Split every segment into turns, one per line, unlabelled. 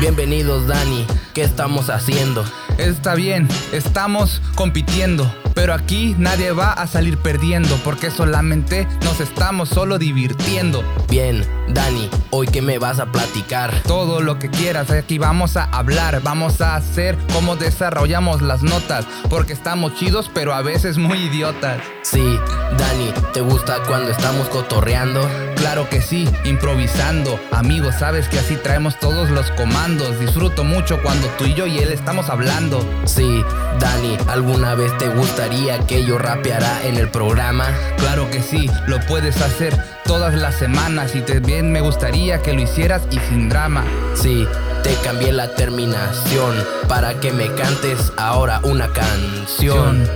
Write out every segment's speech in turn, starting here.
Bienvenidos Dani, ¿qué estamos haciendo?
Está bien, estamos compitiendo, pero aquí nadie va a salir perdiendo porque solamente nos estamos solo divirtiendo.
Bien, Dani, hoy qué me vas a platicar?
Todo lo que quieras, aquí vamos a hablar, vamos a hacer cómo desarrollamos las notas, porque estamos chidos pero a veces muy idiotas.
Sí, Dani, ¿te gusta cuando estamos cotorreando?
Claro que sí, improvisando. Amigos, sabes que así traemos todos los comandos. Disfruto mucho cuando tú y yo y él estamos hablando.
Sí, Dani, ¿alguna vez te gustaría que yo rapeara en el programa?
Claro que sí, lo puedes hacer todas las semanas y también me gustaría que lo hicieras y sin drama.
Sí, te cambié la terminación para que me cantes ahora una canción.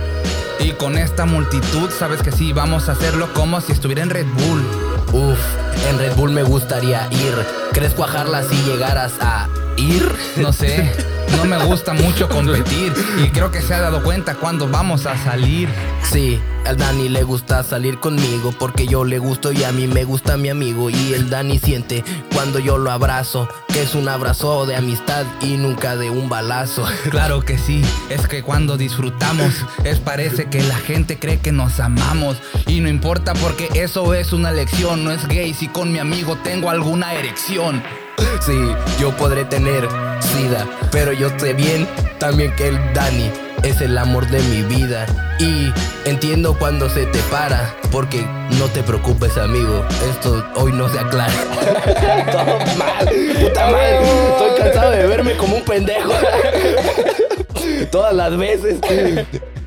Y con esta multitud, sabes que sí, vamos a hacerlo como si estuviera en Red Bull.
Uf, en Red Bull me gustaría ir. ¿Crees cuajarla si llegaras a ir?
No sé, no me gusta mucho competir y creo que se ha dado cuenta cuando vamos a salir.
Sí, al Dani le gusta salir conmigo porque yo le gusto y a mí me gusta mi amigo y el Dani siente cuando yo lo abrazo que es un abrazo de amistad y nunca de un balazo.
Claro que sí, es que cuando disfrutamos es parece que la gente cree que nos amamos y no importa porque eso es una lección, no es gay si con mi amigo tengo alguna erección.
Sí, yo podré tener sida, pero yo sé bien también que el Dani es el amor de mi vida. Y entiendo cuando se te para, porque no te preocupes, amigo, esto hoy no se aclara. Todo mal, puta madre, estoy cansado de verme como un pendejo. Todas las veces.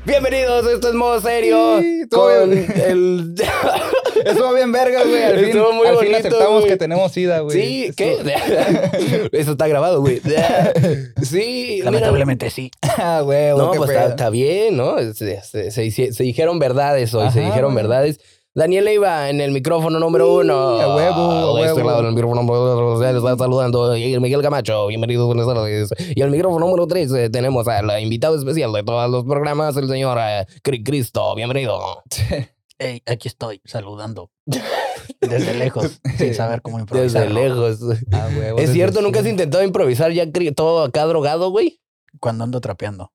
Bienvenidos, esto es modo serio.
Sí, todo
con
bien.
el.
Estuvo bien verga, güey. Al fin,
Estuvo muy
al fin
bonito,
aceptamos
güey.
que tenemos sida, güey.
Sí,
Estuvo-
¿qué? Eso está grabado, güey. Sí, mira,
sí.
Ah, güey,
No,
qué
pues
pedo.
está, está bien, ¿no? Se, se- se hici- se dijeron verdades hoy,
Ajá,
se dijeron
güey.
verdades. Daniel iba en el micrófono número uno.
a huevo, a
De este
huevo.
lado, en el micrófono número dos, les está saludando eh, Miguel Camacho. Bienvenidos, buenas tardes. Y al micrófono número tres eh, tenemos al invitado especial de todos los programas, el señor eh, Cri- Cristo. Bienvenido.
Ey, aquí estoy saludando. Desde lejos, sin saber cómo improvisar.
Desde lejos.
Ah, huevo,
¿Es
desde
cierto? ¿Nunca has
siempre.
intentado improvisar ya cri- todo acá drogado, güey?
Cuando ando trapeando.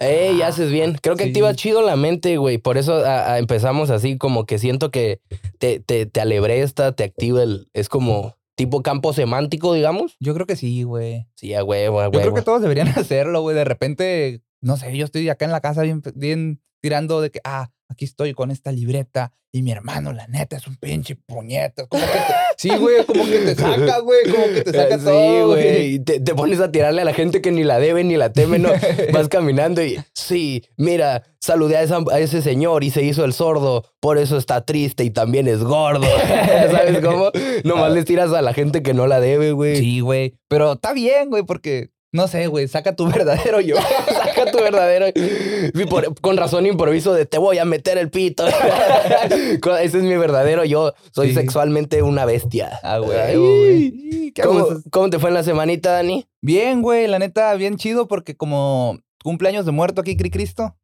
Ey, haces bien. Creo que
Ah, Sí.
activa chido la mente, güey. Por eso a- a- empezamos así, como que siento que te, te, te alebresta, te activa el. Es como tipo campo semántico, digamos.
Yo creo que sí, güey.
Sí, a huevo, a
Yo creo
huevo.
que todos deberían hacerlo, güey. De repente, no sé, yo estoy acá en la casa bien, bien tirando de que, ah, aquí estoy con esta libreta y mi hermano, la neta, es un pinche puñetas. Como que te- sí, güey, como que te saca, güey, como que te saca
Eh, sí,
todo, güey.
güey. Y Te, te pones a tirarle a la gente que ni la debe ni la teme, ¿no? Vas caminando y, sí, mira, saludé a, esa- a ese señor y se hizo el sordo, por eso está triste y también es gordo. ¿Sabes cómo?
Ah.
Nomás les tiras a la gente que no la debe, güey.
Sí, güey. Pero está bien, güey, porque, no sé, güey, saca tu verdadero yo.
Saca tu verdadero. Sí, por- con razón improviso de te voy a meter el pito. Co- Ese es mi verdadero yo. Soy
Sí.
sexualmente una bestia.
Ah,
Ay,
güey. ¿Qué
¿Cómo,
abusas?
cómo te fue en la semanita, Dani?
Bien, güey, la neta, bien chido porque como cumpleaños de muerto aquí, Cri Cristo,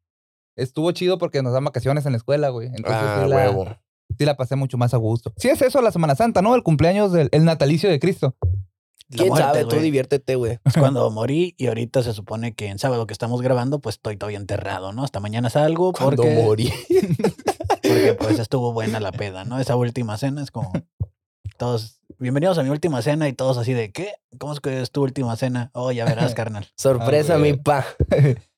estuvo chido porque nos dan vacaciones en la escuela, güey.
Pues,
Entonces,
Ah,
sí la- sí la pasé mucho más a gusto. Sí es eso la Semana Santa, ¿no? El cumpleaños del el natalicio de Cristo.
La
¿Quién
muerte,
sabe? Tú
güey.
diviértete, güey.
Es cuando morí y ahorita se supone que en sábado que estamos grabando, pues estoy todavía enterrado, ¿no? Hasta mañana salgo
Cuando
porque,
morí.
porque pues estuvo buena la peda, ¿no? Esa última cena es como todos, bienvenidos a mi última cena y todos así de, ¿qué? ¿Cómo es que es tu última cena? Oh, ya verás, carnal.
Sorpresa,
Ah, güey.
mi pa.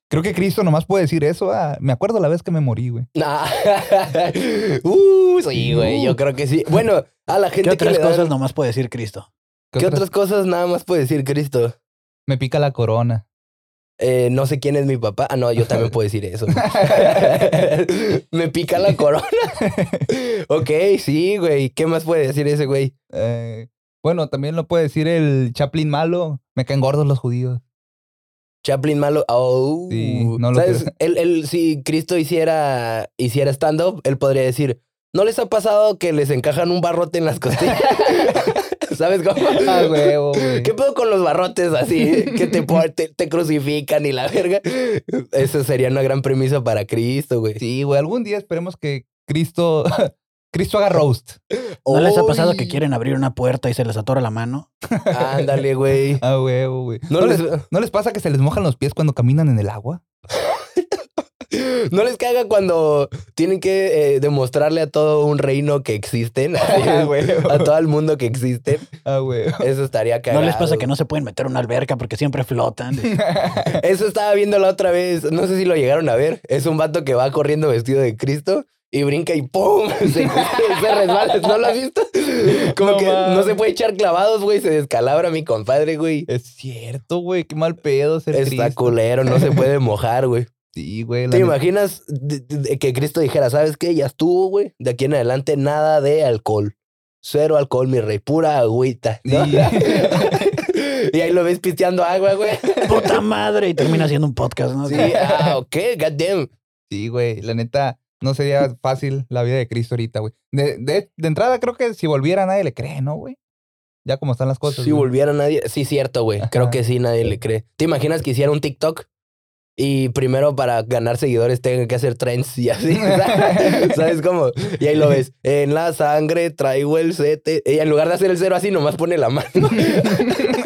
Creo que Cristo nomás puede decir eso. ah, me acuerdo la vez que me morí, güey.
Nah. uh, sí, güey. Yo creo que sí. Bueno, a la
¿Qué
gente que
otras
le dan-
cosas nomás puede decir Cristo?
¿Qué
¿Qué
otras?
otras cosas nada más puede decir Cristo?
Me pica la corona.
Eh, no sé quién es mi papá. Ah, no, yo también puedo decir eso. Me pica la corona. ok, sí, güey. ¿Qué más puede decir ese güey?
Eh, bueno, también lo puede decir el Chaplin malo. Me caen gordos los judíos.
Chaplin malo. Oh,
Sí, no lo
¿Sabes?
creo.
Él, él, si Cristo hiciera, hiciera stand-up, él podría decir: ¿No les ha pasado que les encajan un barrote en las costillas? ¿Sabes cómo?
Ah, huevo, güey.
¿Qué pedo con los barrotes así? Que te, pon- te, te crucifican y la verga. Esa sería una gran premisa para Cristo, güey.
Sí, güey. Algún día esperemos que Cristo Cristo haga roast.
¿No les ha pasado
Uy.
que quieren abrir una puerta y se les atora la mano?
Ándale, güey.
Ah, huevo, güey.
No
¿No,
les-
les... ¿No les pasa que se les mojan los pies cuando caminan en el agua?
No les caga cuando tienen que eh, demostrarle a todo un reino que existen,
Ah,
a
huevo.
todo el mundo que existen.
Ah, huevo.
Eso estaría cagado.
¿No les pasa que no se pueden meter a una alberca porque siempre flotan?
Eso estaba viendo la otra vez. No sé si lo llegaron a ver. Es un vato que va corriendo vestido de Cristo y brinca y ¡pum! Se, se resbala. ¿No lo has visto? Como
No
que no
mames.
se puede echar clavados, güey. Se descalabra mi compadre, güey.
Es cierto, güey. Qué mal pedo ser
Está
Cristo.
culero. No se puede mojar, güey.
Sí, güey. la
¿Te
neta.
imaginas de- de- de que Cristo dijera, ¿sabes qué? Ya estuvo, güey. De aquí en adelante nada de alcohol. Cero alcohol, mi rey. Pura agüita. ¿no?
Sí.
y ahí lo ves pisteando agua, güey.
¡Puta madre! Y termina haciendo un podcast, ¿no?
Sí, ah, ok, goddamn.
Sí, güey. La neta, no sería fácil la vida de Cristo ahorita, güey. De, de- de entrada, creo que si volviera nadie le cree, ¿no, güey? Ya como están las cosas.
Si
güey.
volviera nadie. Sí, cierto, güey. Creo
Ajá.
que sí, nadie le cree. ¿Te imaginas que hiciera un TikTok? Y primero para ganar seguidores tenga que hacer trends y así. ¿Sabes cómo? Y ahí lo ves. En la sangre traigo el sete. Ella en lugar de hacer el cero así, nomás pone la mano.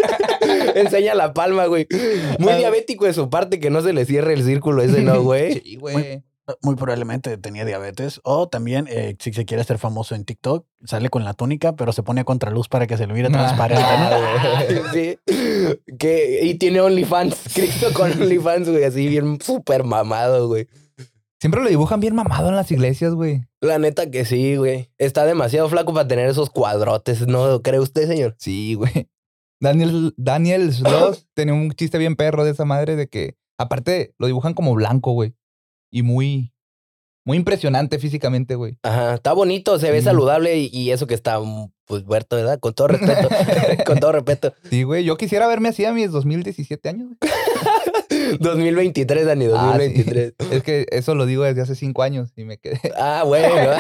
Enseña la palma, güey.
Ah.
Muy diabético de su parte que no se le cierre el círculo ese, ¿no, güey?
Sí, güey.
Muy probablemente tenía diabetes. O también, eh, si se quiere hacer famoso en TikTok, sale con la túnica, pero se pone a contraluz para que se le viera
Ah.
transparente, ¿no?
Ah, Sí. Que, y tiene OnlyFans. Cristo con OnlyFans, güey. Así bien súper mamado, güey.
Siempre lo dibujan bien mamado en las iglesias, güey.
La neta que sí, güey. Está demasiado flaco para tener esos cuadrotes, ¿no cree usted, señor?
Sí, güey. Daniel, Daniel Sloss tenía un chiste bien perro de esa madre de que, aparte, lo dibujan como blanco, güey. Y muy, muy impresionante físicamente, güey.
Ajá, está bonito, se ve
Mm.
saludable y, y eso que está, mm, pues, muerto, ¿verdad? Con todo respeto, con todo respeto.
Sí, güey. Yo quisiera verme así a mis 2017 años, güey.
2023, Dani,
Ah, sí.
2023.
Es que eso lo digo desde hace cinco años y me quedé.
Ah, bueno.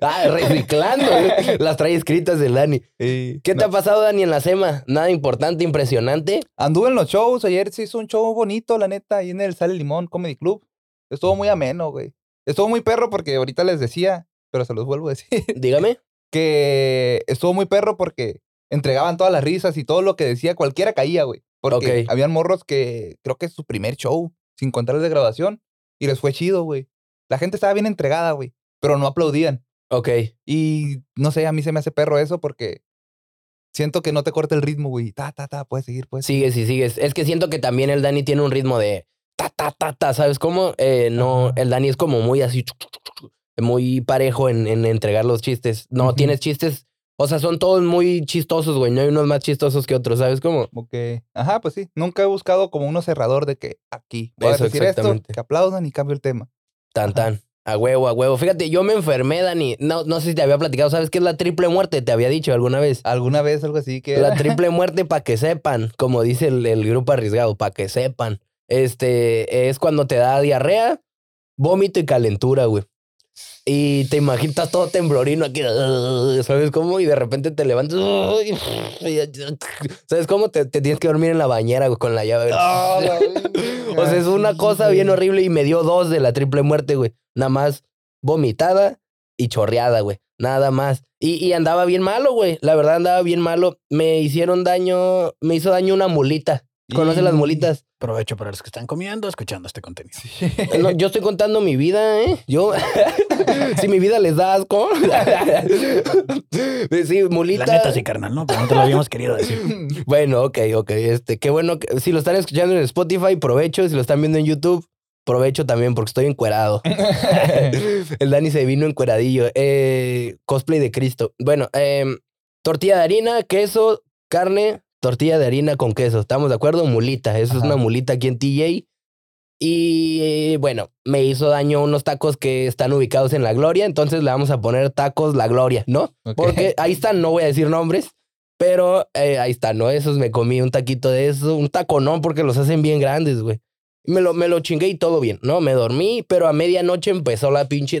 ah, reciclando. güey. Las trae escritas del Dani. ¿Qué te ha pasado, Dani, en la SEMA? Nada importante, impresionante.
Anduve en los shows. Ayer se hizo un show bonito, la neta, ahí en el Sale Limón Comedy Club. Estuvo muy ameno, güey. Estuvo muy perro porque ahorita les decía, pero se los vuelvo a decir,
Dígame.
que estuvo muy perro porque entregaban todas las risas y todo lo que decía, cualquiera caía, güey. Porque
Ok.
habían morros que creo que es su primer show, sin contar el de grabación, y les fue chido, güey. La gente estaba bien entregada, güey, pero no aplaudían.
Ok.
Y no sé, a mí se me hace perro eso porque siento que no te corta el ritmo, güey. Ta, ta, ta, puedes seguir, puedes.
Sigues y sigues. Es que siento que también el Dani tiene un ritmo de ta, ta, ta, ta, ¿sabes cómo? Eh, no, el Dani es como muy así, chuc, chuc, chuc, chuc, muy parejo en, en entregar los chistes. No,
Ujú.
tienes chistes, o sea, son todos muy chistosos, güey. No hay unos más chistosos que otros, ¿sabes cómo?
Como que, ajá, pues sí. Nunca he buscado como uno cerrador de que aquí voy
Eso,
a decir esto,
exactamente.
que aplaudan y cambio el tema.
Tan, tan. A huevo, a huevo. Fíjate, yo me enfermé, Dani. No, no sé si te había platicado, ¿sabes qué es la triple muerte? Te había dicho alguna vez.
Alguna vez algo así que
La triple muerte, para que sepan, como dice el, el grupo arriesgado, para que sepan. Este es cuando te da diarrea, vómito y calentura, güey. Y te imaginas todo temblorino aquí, ¿sabes cómo? Y de repente te levantas. ¿Sabes cómo? Te, te tienes que dormir en la bañera, güey, con la llave.
¡Ah,
O sea, es una cosa bien horrible y me dio dos de la triple muerte, güey. Nada más vomitada y chorreada, güey. Nada más. Y, y andaba bien malo, güey. La verdad andaba bien malo. Me hicieron daño, me hizo daño una mulita. ¿Conoces las
Y-
mulitas?
Provecho para los que están comiendo, escuchando este contenido.
No, yo estoy contando mi vida, ¿eh? Yo, si mi vida les da asco. sí, mulita.
La neta sí, carnal, ¿no? Pero no te lo habíamos querido decir.
Bueno, ok, ok. Este, qué bueno. que- si lo están escuchando en Spotify, provecho. Si lo están viendo en YouTube, provecho también porque estoy encuerado. El Dani se vino encueradillo. Eh, cosplay de Cristo. Bueno, em, tortilla de harina, queso, carne, tortilla de harina con queso. ¿Estamos de acuerdo? Mulita. Eso es
Ajá.
una mulita aquí en TJ. Y bueno, me hizo daño unos tacos que están ubicados en La Gloria. Entonces le vamos a poner tacos La Gloria, ¿no?
Ok.
Porque ahí están, no voy a decir nombres, pero eh, ahí están, ¿no? Esos me comí un taquito de eso, un taco no, porque los hacen bien grandes, güey. Me lo, me lo chingué y todo bien, ¿no? Me dormí, pero a medianoche empezó la pinche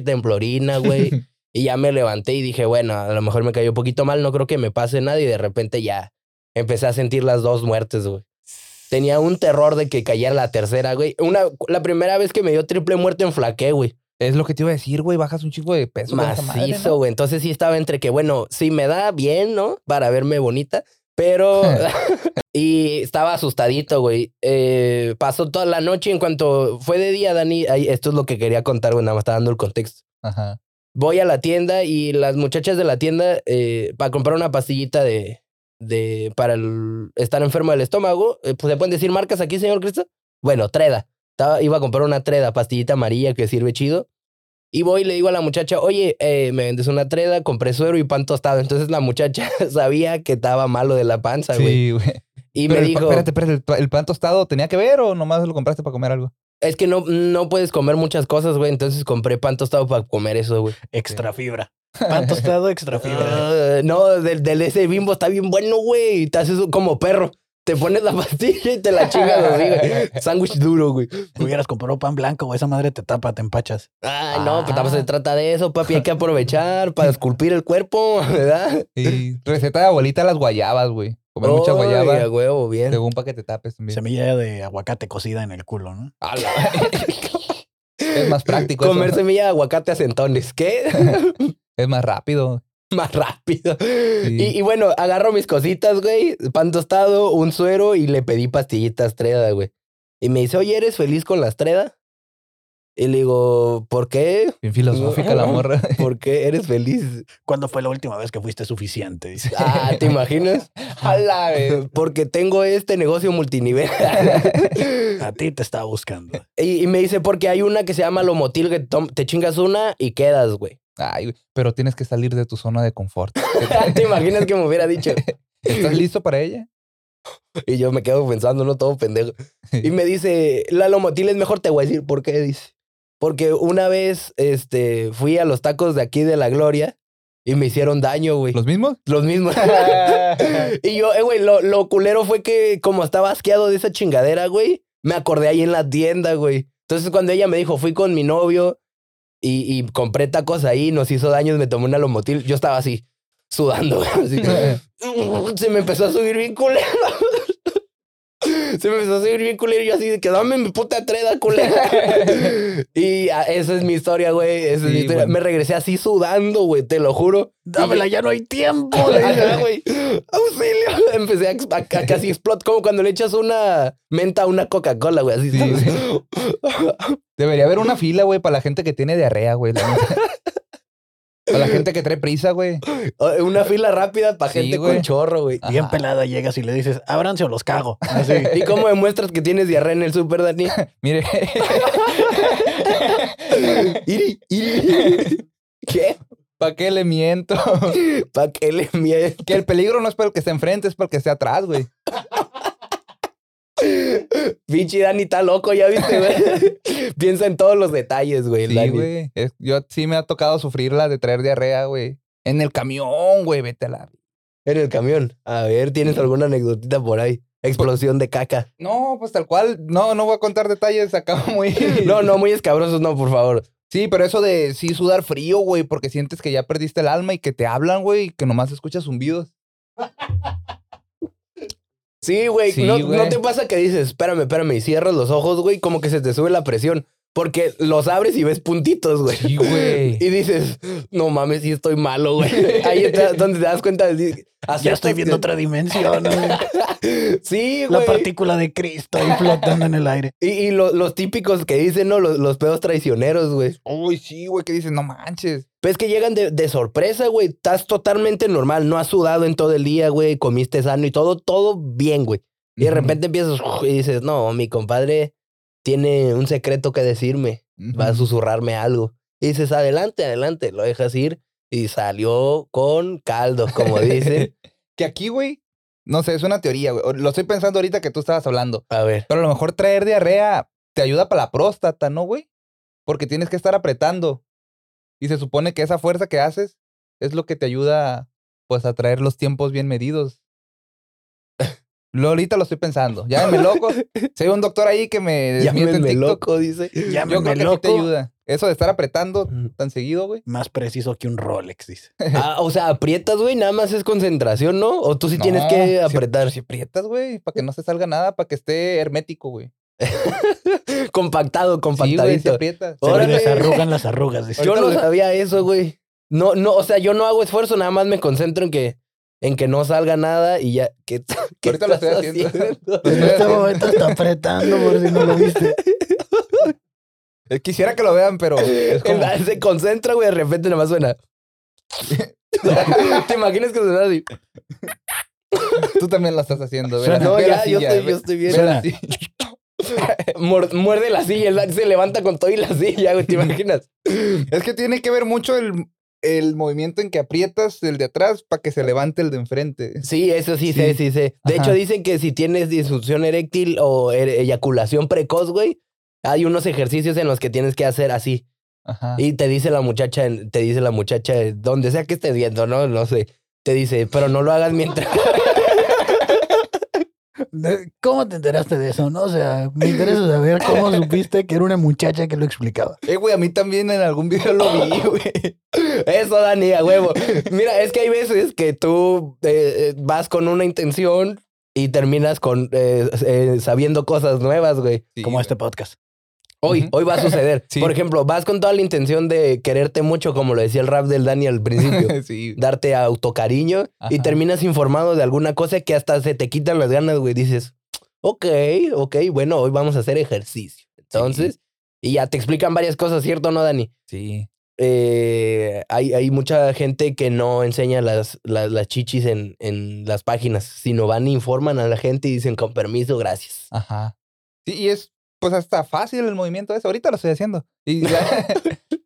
temblorina, güey. y ya me levanté y dije, bueno, a lo mejor me cayó un poquito mal, no creo que me pase nada. Y de repente ya empecé a sentir las dos muertes, güey. Tenía un terror de que cayera la tercera, güey. Una, la primera vez que me dio triple muerte enflaqué, güey.
Es lo que te iba a decir, güey. Bajas un chingo de peso. con esa madre,
Pues, Macizo, güey. Entonces sí estaba entre que, bueno, sí me da bien, ¿no? Para verme bonita, pero... y estaba asustadito, güey. Eh, pasó toda la noche en cuanto fue de día, Dani. ay, esto es lo que quería contar, güey. Nada más está dando el contexto.
¿no? Ajá.
Voy a la tienda y las muchachas de la tienda eh, para comprar una pastillita de... de para el- estar enfermo del estómago. Eh, pues, ¿Se pueden decir marcas aquí, señor Cristo? Bueno, Treda. Estaba- iba a comprar una Treda, pastillita amarilla que sirve chido. Y voy y le digo a la muchacha, oye, eh, me vendes una treda, compré suero y pan tostado. Entonces la muchacha sabía que estaba malo de la panza, güey.
Sí, güey.
Y
Pero
me
el pa-
dijo,
espérate, espérate, ¿el pa- ¿el pan tostado tenía que ver o nomás lo compraste para comer algo?
es que no, no puedes comer muchas cosas, güey. Entonces compré pan tostado para comer eso, güey.
Extra fibra. Pan tostado, extra fibra.
Ah, no, del, del ese bimbo está bien bueno, güey. Te haces un- como perro. Te pones la pastilla y te la chingas así, güey. Sándwich duro, güey.
Hubieras comprado pan blanco, güey. Esa madre te tapa, te empachas.
Ay, no, pues tampoco
Ah.
se trata de eso, papi. Hay que aprovechar para esculpir el cuerpo, ¿verdad?
Y receta de abuelita las guayabas, güey. Comer mucha
Ay,
guayaba.
a huevo, bien.
Según para que te tapes también.
Semilla de aguacate cocida en el culo, ¿no?
A Ah, la-
Es más práctico. eso,
Comer
¿no?
semilla de aguacate a centones. ¿Qué?
Es más rápido.
Más rápido. Y, y bueno, agarro mis cositas, güey. Pan tostado, un suero y le pedí pastillitas treda, güey. Y me dice, oye, ¿eres feliz con las treda? Y le digo, ¿por qué?
Bien filosófica la morra.
¿Por qué eres feliz?
¿Cuándo fue la última vez que fuiste suficiente? Dice.
Ah, ¿te imaginas?
Jala,
Porque tengo este negocio multinivel.
A ti te estaba buscando.
y, y me dice, porque hay una que se llama Lomotil, que tom- te chingas una y quedas, güey.
Ay, güey. Pero tienes que salir de tu zona de confort.
Ah, ¿Te imaginas que me hubiera dicho?
¿Estás listo para ella?
Y yo me quedo pensando, no todo pendejo. Y me dice, Lalo Motil es mejor, te voy a decir por qué, dice. Porque una vez este, fui a los tacos de aquí de La Gloria y me hicieron daño, güey. Los,
¿Los mismos?
mismos. y yo, eh, güey, lo, lo culero fue que como estaba asqueado de esa chingadera, güey, me acordé ahí en la tienda, güey. Entonces cuando ella me dijo, fui con mi novio y, y compré tacos ahí, nos hizo daños, me tomé una Lomotil, yo estaba así, sudando, güey, así. se me empezó a subir bien culero. Se me empezó a subir bien culero y yo así de que dame mi puta treda, culero. y ah, esa es mi historia, güey. Esa es mi
Sí,
historia.
güey.
Me regresé así sudando, güey, te lo juro.
Dámela, ya no hay tiempo.
Ajá, güey. Auxilio. Empecé a, ex- a- a casi explot como cuando le echas una menta a una Coca-Cola, güey. Así
Sí, Debería haber una fila, güey, para la gente que tiene diarrea, güey. la neta. Para la gente que trae prisa, güey.
una fila rápida para
Sí,
gente
güey.
con chorro, güey.
Bien
Ajá.
pelada llegas y le dices, ábranse o los cago.
Ah,
Así.
¿Y cómo demuestras que tienes diarrea en el súper, Dani?
Mire,
Iri, iri. ¿Qué?
¿para qué le miento?
¿Para qué le mientes?
Que el peligro no es para el que esté enfrente, es para el que esté atrás, güey.
Pinche Dani está loco, ya viste, güey. Piensa en todos los detalles, güey. el
Sí,
Dani.
güey. Es- Yo sí me ha tocado sufrir la de traer diarrea, güey. En el camión, güey, vete a la
En el camión. A ver, ¿tienes alguna anecdotita por ahí? Explosión de caca.
No, pues tal cual. No, no voy a contar detalles. Acabo muy.
No, no, muy escabrosos, no, por favor.
Sí, pero eso de sí sudar frío, güey, porque sientes que ya perdiste el alma y que te hablan, güey, y que nomás escuchas zumbidos.
Sí, güey.
Sí,
no,
güey.
¿no te pasa que dices, espérame, espérame, y cierras los ojos, güey, como que se te sube la presión. Porque los abres y ves puntitos, güey.
Sí, güey.
Y dices, no mames, sí estoy malo, güey. Ahí está donde te das cuenta. de-
Ya estoy
aceptas
viendo otra dimensión. ¿no?
que- Sí,
La
güey.
partícula de Cristo ahí flotando en el aire.
Y, y lo- los típicos que dicen, ¿no? Los, los pedos traicioneros, güey.
Uy, sí, güey, que dices, no manches.
Pues que llegan de, de sorpresa, güey. Estás totalmente normal. No has sudado en todo el día, güey. Comiste sano y todo, todo bien, güey. Y de repente empiezas "Uf", y dices, no, mi compadre tiene un secreto que decirme. Va a susurrarme algo. Y dices, adelante, adelante. Lo dejas ir y salió con caldo, como dicen.
Que aquí, güey, no sé, es una teoría, güey. Lo estoy pensando ahorita que tú estabas hablando.
A ver.
Pero a lo mejor traer diarrea te ayuda para la próstata, ¿no, güey? Porque tienes que estar apretando. Y se supone que esa fuerza que haces es lo que te ayuda, pues, a traer los tiempos bien medidos. Lo ahorita lo estoy pensando. Llámeme loco. Si hay un doctor ahí que me desmiente en
Llámenme
TikTok,
loco, dice.
Yo
Llámame
creo que sí te
loco.
ayuda. Eso de estar apretando tan seguido, güey.
Más preciso que un Rolex, dice.
Ah, o sea, aprietas, güey. Nada más es concentración, ¿no? O tú sí tienes
No,
que
sí-
apretar.
Si aprietas, güey, para que no se salga nada, para que esté hermético, güey.
compactado,
Sí, güey, se
compactadito.
aprieta.
Se le
Órale.
desarrugan las arrugas. dice.
yo
Ahorita
no
lo-
sabía eso, güey. No, no, o sea, yo no hago esfuerzo, nada más me concentro en que, en que no salga nada y ya. ¿Qué, qué
Ahorita lo
estás
estoy haciendo.
En este momento está apretando por si no lo viste.
Eh, Quisiera que lo vean, pero es como...
El- Se concentra, güey, de repente nada más suena. ¿Te imaginas que suena así?
Tú también lo estás haciendo.
Suena.
Ven,
No,
ve la
ya, yo
silla,
estoy,
ve-
yo estoy bien.
ve la
Suena.
silla.
Mor- muerde la silla, el- se levanta con todo y la silla, güey, ¿te imaginas?
Es que tiene que ver mucho el, el movimiento en que aprietas el de atrás para que se levante el de enfrente.
Sí, eso sí, sé, sí sé. De
Ajá.
hecho, dicen que si tienes disfunción eréctil o e- eyaculación precoz, güey, hay unos ejercicios en los que tienes que hacer así.
Ajá.
Y te dice la muchacha, en- te dice la muchacha, eh, donde sea que estés viendo, ¿no? No sé. Te dice, pero no lo hagas mientras.
De- Eh, ¿Cómo te enteraste de eso? No, o sea, me interesa saber cómo supiste que era una muchacha que lo explicaba.
Eh, güey, a mí también en algún video lo vi, güey.
Eso, Dani, a huevo. Mira, es que hay veces que tú eh, eh, vas con una intención y terminas con eh, eh, sabiendo cosas nuevas, güey.
Sí,
como
güey.
este podcast.
Hoy,
Ujú.
hoy va a suceder.
Sí.
Por ejemplo, vas con toda la intención de quererte mucho, como lo decía el rap del Dani al principio.
sí.
darte autocariño y
Ajá.
terminas informado de alguna cosa que hasta se te quitan las ganas, güey. Dices, ok, ok, bueno, hoy vamos a hacer ejercicio. Entonces, y ya te explican varias cosas, ¿cierto o no, Dani?
Sí.
Eh, hay, hay mucha gente que no enseña las, las, las chichis en, en las páginas, sino van e informan a la gente y dicen, con permiso, gracias.
Ajá. Sí, y es pues hasta fácil el movimiento ese. Ahorita lo estoy haciendo. Y la,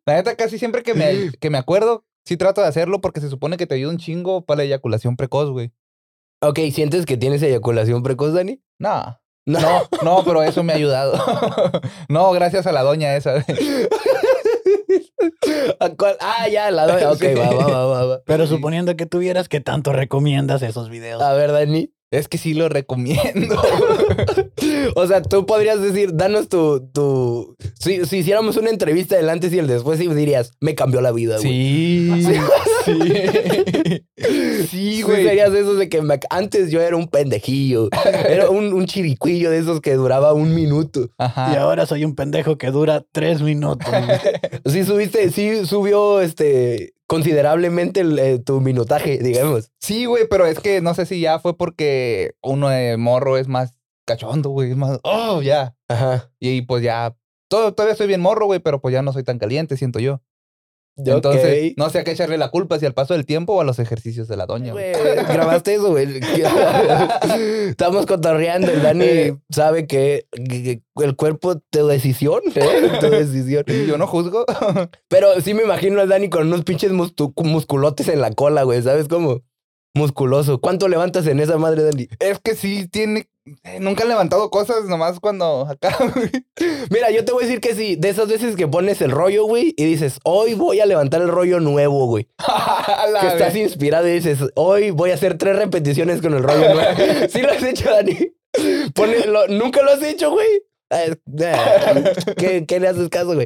la neta, casi siempre que me, que me acuerdo, sí trato de hacerlo porque se supone que te ayuda un chingo para la eyaculación precoz, güey.
Ok, ¿sientes que tienes eyaculación precoz, Dani?
No.
No.
No, no, pero eso me ha ayudado. no, gracias a la doña esa.
¿A cuál? Ah, ya, la doy. Ok,
Sí.
va, va, va, va, va.
Pero
Sí.
suponiendo que tuvieras, que tanto recomiendas esos videos?
A ver, Dani.
Es que sí lo recomiendo.
O sea, tú podrías decir, danos tu. tu... Si, si hiciéramos una entrevista del antes y el después, sí dirías, me cambió la vida, güey.
Sí. Sí.
Sí,
Sí,
güey.
güey.
Serías eso de que me- antes yo era un pendejillo, era un, un chiricuillo de esos que duraba un minuto.
Y
Ajá.
ahora soy un pendejo que dura tres minutos.
Sí, subiste, sí subió este, considerablemente el, eh, tu minutaje, digamos.
Sí, güey, pero es que no sé si ya fue porque uno de morro es más cachondo, güey. Es más, oh, ya.
Ajá.
Y pues ya, todo, todavía soy bien morro, güey, pero pues ya no soy tan caliente, siento yo. Entonces,
Ok.
no sé a qué echarle la culpa, si al paso del tiempo o a los ejercicios de la doña. güey.
Güey, grabaste eso, güey. Estamos cotorreando. El
Eh.
Dani sabe que que- que el cuerpo te decisión, ¿eh? Tu decisión.
Y Yo no juzgo.
Pero sí me imagino al Dani con unos pinches mustu- musculotes en la cola, güey. ¿Sabes cómo? Musculoso. ¿Cuánto levantas en esa madre, Dani?
es que sí tiene... eh, Nunca han levantado cosas nomás cuando acá... güey.
Mira, yo te voy a decir que sí. De esas veces que pones el rollo, güey, y dices, hoy voy a levantar el rollo nuevo, güey.
A la
Que estás
vez.
inspirado y dices, hoy voy a hacer tres repeticiones con el rollo nuevo. ¿Sí lo has hecho, Dani? Pone- lo- ¿Nunca lo has hecho, güey? Eh, eh, ¿Qué, qué le haces caso, güey?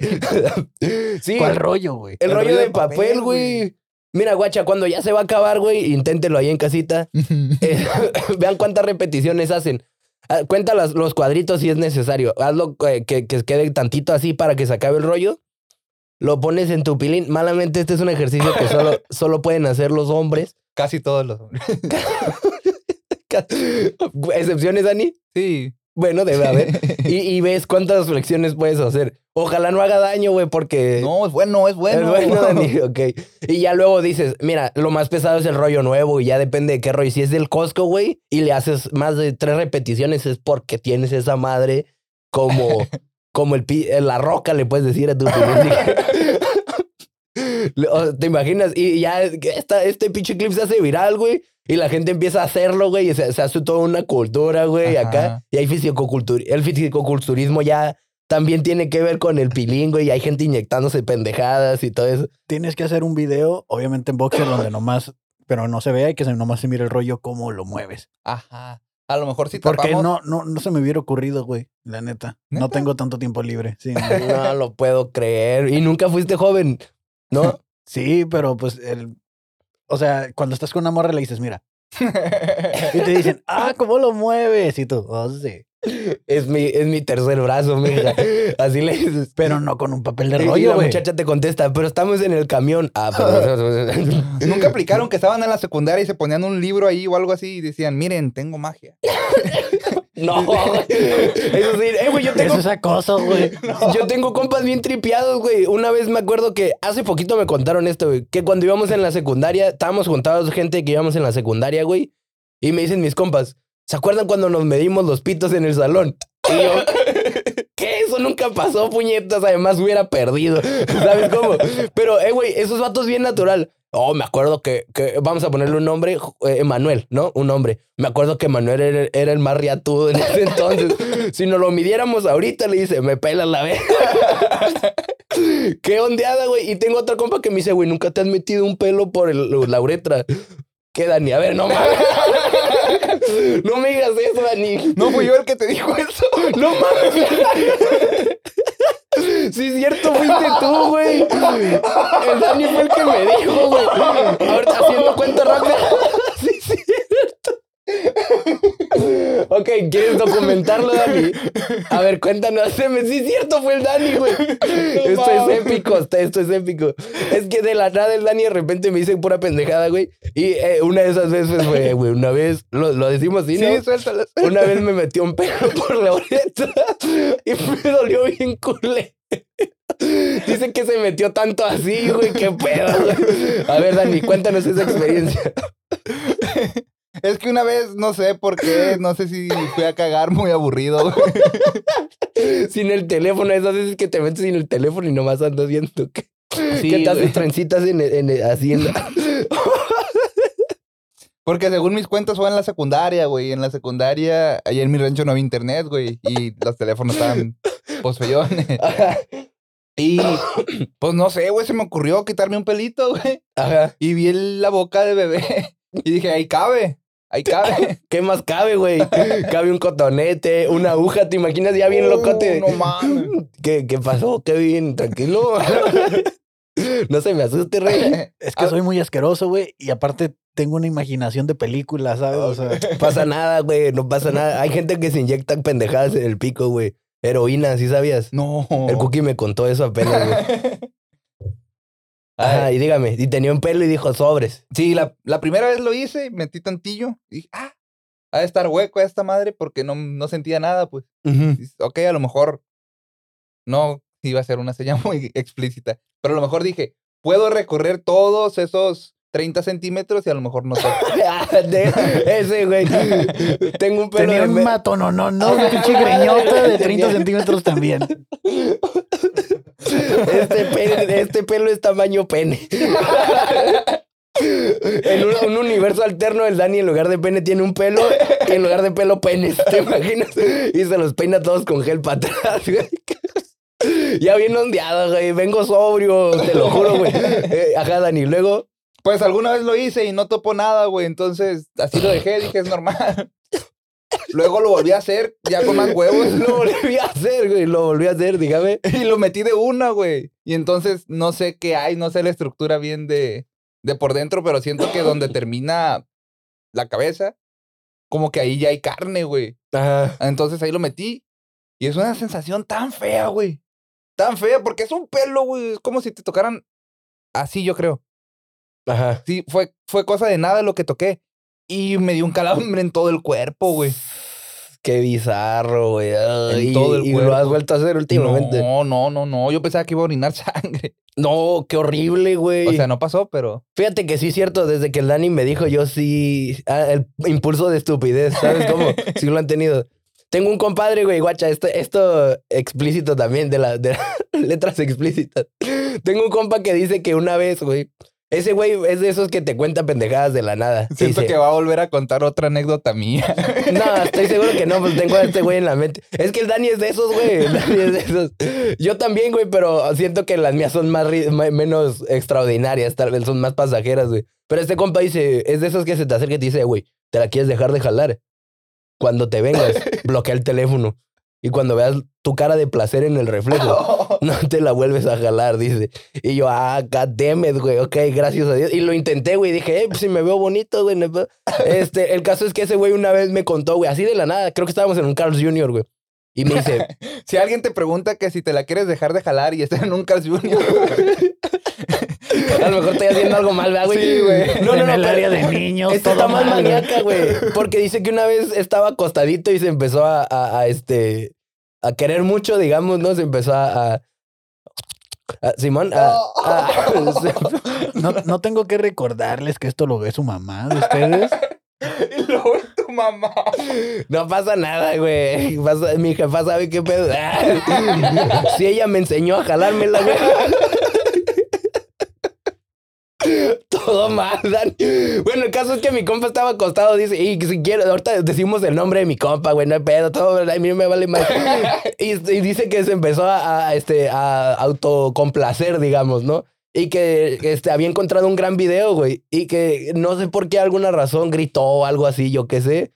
Sí,
¿Cuál rollo, güey?
el, rollo de papel, güey. Mira, guacha, cuando ya se va a acabar, güey, inténtelo ahí en casita. Eh, vean cuántas repeticiones hacen. Ah, Cuenta las- los cuadritos si es necesario. Hazlo eh, que, que quede tantito así para que se acabe el rollo. Lo pones en tu pilín. Malamente, este es un ejercicio que solo, solo pueden hacer los hombres.
Casi todos los hombres.
Excepciones, Dani.
Sí.
Bueno, debe haber. Y, y ves cuántas flexiones puedes hacer. Ojalá no haga daño, güey, porque.
No, es bueno, es
es
bueno.
bueno, Dani, ok. Y ya luego dices, mira, lo más pesado es el rollo nuevo y ya depende de qué rollo. Si es del Costco, güey, y le haces más de tres repeticiones, es porque tienes esa madre como, como el pi- la roca, le puedes decir a tu pilín. Le- o- ¿Te imaginas? Y ya esta- este pinche clip se hace viral, güey. Y la gente empieza a hacerlo, güey. Y se, se hace toda una cultura, güey,
Ajá.
acá. Y hay fisicocultur el fisicoculturismo ya también tiene que ver con el pilín, güey. Y hay gente inyectándose pendejadas y todo eso.
Tienes que hacer un video, obviamente en boxer, donde nomás, pero no se vea y que se- nomás se mire el rollo cómo lo mueves.
Ajá. A lo mejor si
Porque
tapamos...
no, no, no se me hubiera ocurrido, güey, la neta. No
¿Neta?
tengo tanto tiempo libre. Sí, no.
No lo puedo creer. Y nunca fuiste joven, ¿no?
Sí, pero pues el. O sea, cuando estás con una morra le dices, mira. Y te dicen, ah, ¿cómo lo mueves? Y tú, oh, sí.
Es mi, es mi tercer brazo, mija. Así le dices.
Pero no con un papel de
Y
rollo,
la
güey.
muchacha te contesta, pero estamos en el camión. Ah, pero...
Nunca aplicaron que estaban en la secundaria y se ponían un libro ahí o algo así y decían, miren, tengo magia.
No, güey. Eso sí, eh, güey, yo tengo,
Eso es acoso, güey.
yo tengo compas bien tripeados, güey. Una vez me acuerdo que hace poquito me contaron esto, güey. Que cuando íbamos en la secundaria, estábamos juntados gente que íbamos en la secundaria, güey. Y me dicen mis compas, ¿se acuerdan cuando nos medimos los pitos en el salón? Y yo, ¿qué? Eso nunca pasó, puñetas. Además, hubiera perdido. ¿Sabes cómo? Pero, eh, güey, esos vatos bien natural. Oh, me acuerdo que, que- vamos a ponerle un nombre, eh, Emanuel, ¿no? Un nombre. Me acuerdo que Emanuel era, era el más riatudo en ese entonces. si nos lo midiéramos ahorita, le dice, me pelas la vez. Qué ondeada, güey. Y tengo otra compa que me dice, güey, nunca te has metido un pelo por el- la uretra. ¿Qué, Dani? A ver, no mames. no me digas eso, Dani.
No fui yo el que te dijo eso.
No mames. Sí, es cierto, fuiste tú, güey. El Dani fue el que me dijo, güey. Ahorita haciendo cuenta rápida. Sí, es cierto. Ok, ¿quieres documentarlo, Dani? A ver, cuéntanos. Se me- Sí, es cierto, fue el Dani, güey. Esto es épico, está- esto es épico. Es que de la nada el Dani de repente me dice pura pendejada, güey. Y eh, una de esas veces fue, güey, una vez, lo, lo decimos así,
Sí,
¿no?
suéltala.
Una vez me metió un pelo por la uretra y me dolió bien culé. Dicen que se metió tanto así, güey, qué pedo. güey. A ver, Dani, cuéntanos esa experiencia.
Es que una vez, no sé por qué, no sé si fui a cagar muy aburrido, güey.
Sin el teléfono, esas veces que te metes sin el teléfono y nomás andas viendo que,
Sí,
que te
güey.
haces trencitas en, en, así en la-
Porque según mis cuentas fue en la secundaria, güey. En la secundaria, allá en mi rancho no había internet, güey. Y los teléfonos estaban posfeyones.
Ajá,
Y pues no sé, güey, se me ocurrió quitarme un pelito, güey.
ajá.
Y vi el- la boca de bebé. Y dije, ahí cabe, ahí cabe.
¿Qué más cabe, güey? Cabe un cotonete, una aguja, ¿te imaginas ya bien
Oh,
locote?
no mames.
¿Qué, ¿Qué pasó? ¿Qué bien? Tranquilo. No se me asuste, rey.
Es que soy muy asqueroso, güey. Y aparte tengo una imaginación de película, ¿sabes? O sea,
pasa nada, güey, no pasa nada. Hay gente que se inyecta pendejadas en el pico, güey. Heroína, ¿sí sabías?
No.
El cookie me contó eso apenas, güey. Ajá,
Ay,
y dígame, y tenía un pelo y dijo sobres.
sí, la, la primera vez lo hice, metí tantillo. Y dije, ah, ha de estar hueco esta madre porque no, no sentía nada, pues. Dices, Ok, a lo mejor no iba a ser una señal muy explícita. Pero a lo mejor dije, puedo recorrer todos esos 30 centímetros y a lo mejor no sé.
Ah, de- ese, güey. Tengo un pelo
tenía
de
un
me-
matono, no, no, una pinche greñota de 30
Tenía-
centímetros también.
este, pe- este pelo es tamaño pene. En un, un universo alterno, el Dani en lugar de pene tiene un pelo y en lugar de pelo penes, ¿te imaginas? Y se los peina todos con gel para atrás, güey. Ya bien ondeado, güey. Vengo sobrio, te lo juro, güey. Eh, ajá, Dani. Luego,
Pues alguna vez lo hice y no topo nada, güey. Entonces así lo dejé, dije, es normal. Luego lo volví a hacer ya con más huevos.
lo volví a hacer, güey. Lo volví a hacer, dígame.
Y lo metí de una, güey. Y entonces no sé qué hay, no sé la estructura bien de, de por dentro, pero siento que donde termina la cabeza, como que ahí ya hay carne, güey.
Ajá.
Entonces ahí lo metí. Y es una sensación tan fea, güey. Tan fea, porque es un pelo, güey. Es como si te tocaran así, yo creo.
Ajá.
Sí, fue, fue cosa de nada lo que toqué. Y me dio un calambre en todo el cuerpo, güey.
Qué bizarro, güey. Ay,
En todo el
y lo
cuerpo.
has vuelto a hacer últimamente.
No, no, no, no. Yo pensaba que iba a orinar sangre.
No, qué horrible, güey.
O sea, no pasó, pero.
Fíjate que sí es cierto, desde que el Dani me dijo, yo sí, ah, el impulso de estupidez, ¿sabes cómo? sí lo han tenido. Tengo un compadre, güey, guacha, esto, esto explícito también, de, la, de las letras explícitas. Tengo un compa que dice que una vez, güey, ese güey es de esos que te cuenta pendejadas de la nada.
Siento
Dice,
que va a volver a contar otra anécdota mía.
no, estoy seguro que no, pues tengo a este güey en la mente. Es que el Dani es de esos, güey. El Dani es de esos. Yo también, güey, pero siento que las mías son más ri- me- menos extraordinarias, tal vez son más pasajeras, güey. Pero este compa dice, es de esos que se te acerca y te dice, güey, ¿te la quieres dejar de jalar? Cuando te vengas, bloquea el teléfono. Y cuando veas tu cara de placer en el reflejo, no te la vuelves a jalar, dice. Y yo, ah, cademet, güey, ok, gracias a Dios. Y lo intenté, güey, dije, eh, pues si me veo bonito, güey. no puedo. Este, el caso es que ese güey una vez me contó, güey, así de la nada, creo que estábamos en un Carl's Jr., güey. Y me dice,
Si alguien te pregunta que si te la quieres dejar de jalar y estar en un Carl's Junior,
a lo mejor estoy haciendo algo mal, ¿verdad, güey?
Sí, güey.
No, no,
en
no,
el
pero-
área de niños,
Esta
todo
está más
mal, güey.
maníaca, güey. Porque dice que una vez estaba acostadito y se empezó a, a- a, este a querer mucho, digamos, ¿no? Se empezó a. a- a- Simón, a- a-
Oh.
se-
No, no tengo que recordarles que esto lo ve su mamá de ustedes.
y luego tu mamá.
no pasa nada, güey. Pasa- mi jefa sabe qué pedo. Si ella me enseñó a jalármela, güey. Todo mal, Dani. Bueno, el caso es que mi compa estaba acostado, dice, y si quiero, ahorita decimos el nombre de mi compa, güey, no hay pedo, todo, a mí me vale más. Y, y dice que se empezó a, a, este, a autocomplacer, digamos, ¿no? Y que este, había encontrado un gran video, güey, y que no sé por qué alguna razón gritó o algo así, yo qué sé.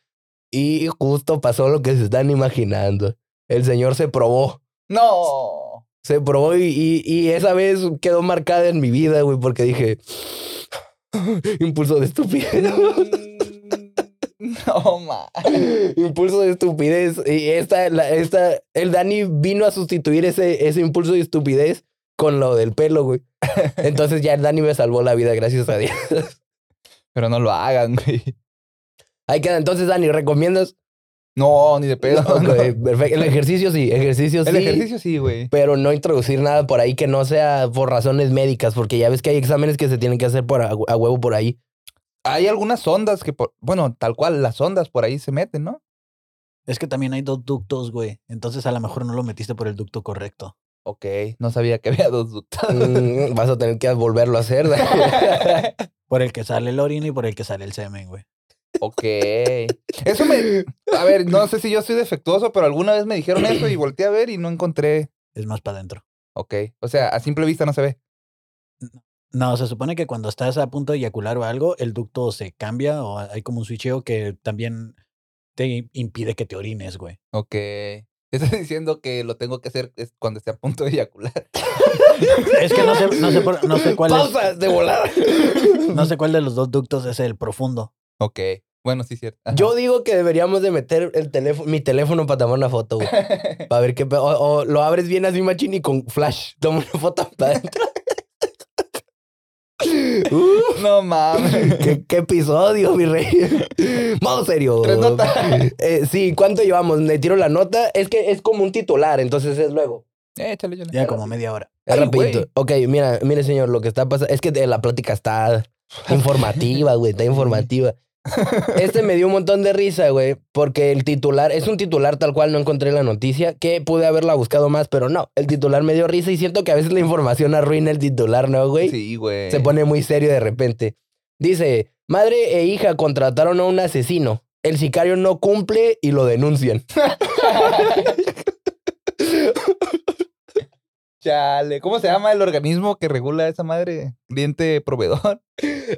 Y justo pasó lo que se están imaginando. El señor se probó.
No.
Se probó y, y- y esa vez quedó marcada en mi vida, güey, porque dije, impulso de estupidez,
No, ma.
impulso de estupidez. Y esta, la- esta, el Dani vino a sustituir ese, ese impulso de estupidez con lo del pelo, güey. Entonces ya el Dani me salvó la vida, gracias a Dios.
Pero no lo hagan, güey.
Ahí queda, entonces Dani, ¿recomiendas?
No, ni de pedo.
Ok,
no.
perfecto. El ejercicio sí, ejercicio
El
sí.
ejercicio sí, güey.
pero no introducir nada por ahí que no sea por razones médicas, porque ya ves que hay exámenes que se tienen que hacer por a, a huevo por ahí.
Hay algunas ondas que, por- bueno, tal cual, las ondas por ahí se meten, ¿no?
Es que también hay dos ductos, güey. Entonces a lo mejor no lo metiste por el ducto correcto.
Ok, no sabía que había dos ductos.
Mm, vas a tener que volverlo a hacer.
Por el que sale el orina y por el que sale el semen, güey.
Ok. Eso me... A ver, no sé si yo soy defectuoso, pero alguna vez me dijeron eso y volteé a ver y no encontré...
Es más para adentro.
Ok. O sea, a simple vista no se ve.
No, se supone que cuando estás a punto de eyacular o algo, el ducto se cambia o hay como un switcheo que también te impide que te orines, güey.
Ok. Estás diciendo que lo tengo que hacer es cuando esté a punto de eyacular.
Es que no sé, no sé, por- no sé cuál es,
Pausa de volada.
no sé cuál de los dos ductos es el profundo.
Ok. Bueno, sí, cierto. Ajá.
Yo digo que deberíamos de meter el teléfono, mi teléfono para tomar una foto, güey. Para ver qué pe- o, o lo abres bien así machín y con flash. Toma una foto para adentro. Uh,
No mames.
¿Qué, qué episodio, mi rey. Vamos serio.
Tres notas.
Eh, sí, ¿cuánto llevamos? Le tiro la nota. Es que es como un titular, entonces es luego.
Eh, échale, échale.
Ya como media hora.
Es
Ay,
rapidito.
güey.
Ok, mira, mire, señor, lo que está pasando es que de- la plática está informativa, güey, está informativa. Este me dio un montón de risa, güey, porque el titular, es un titular tal cual, no encontré la noticia, que pude haberla buscado más, pero no, el titular me dio risa y siento que a veces la información arruina el titular, ¿no, güey?
Sí, güey.
Se pone muy serio de repente. Dice, madre e hija contrataron a un asesino. El sicario no cumple y lo denuncian.
Chale. ¿Cómo se llama el organismo que regula esa madre? Cliente proveedor.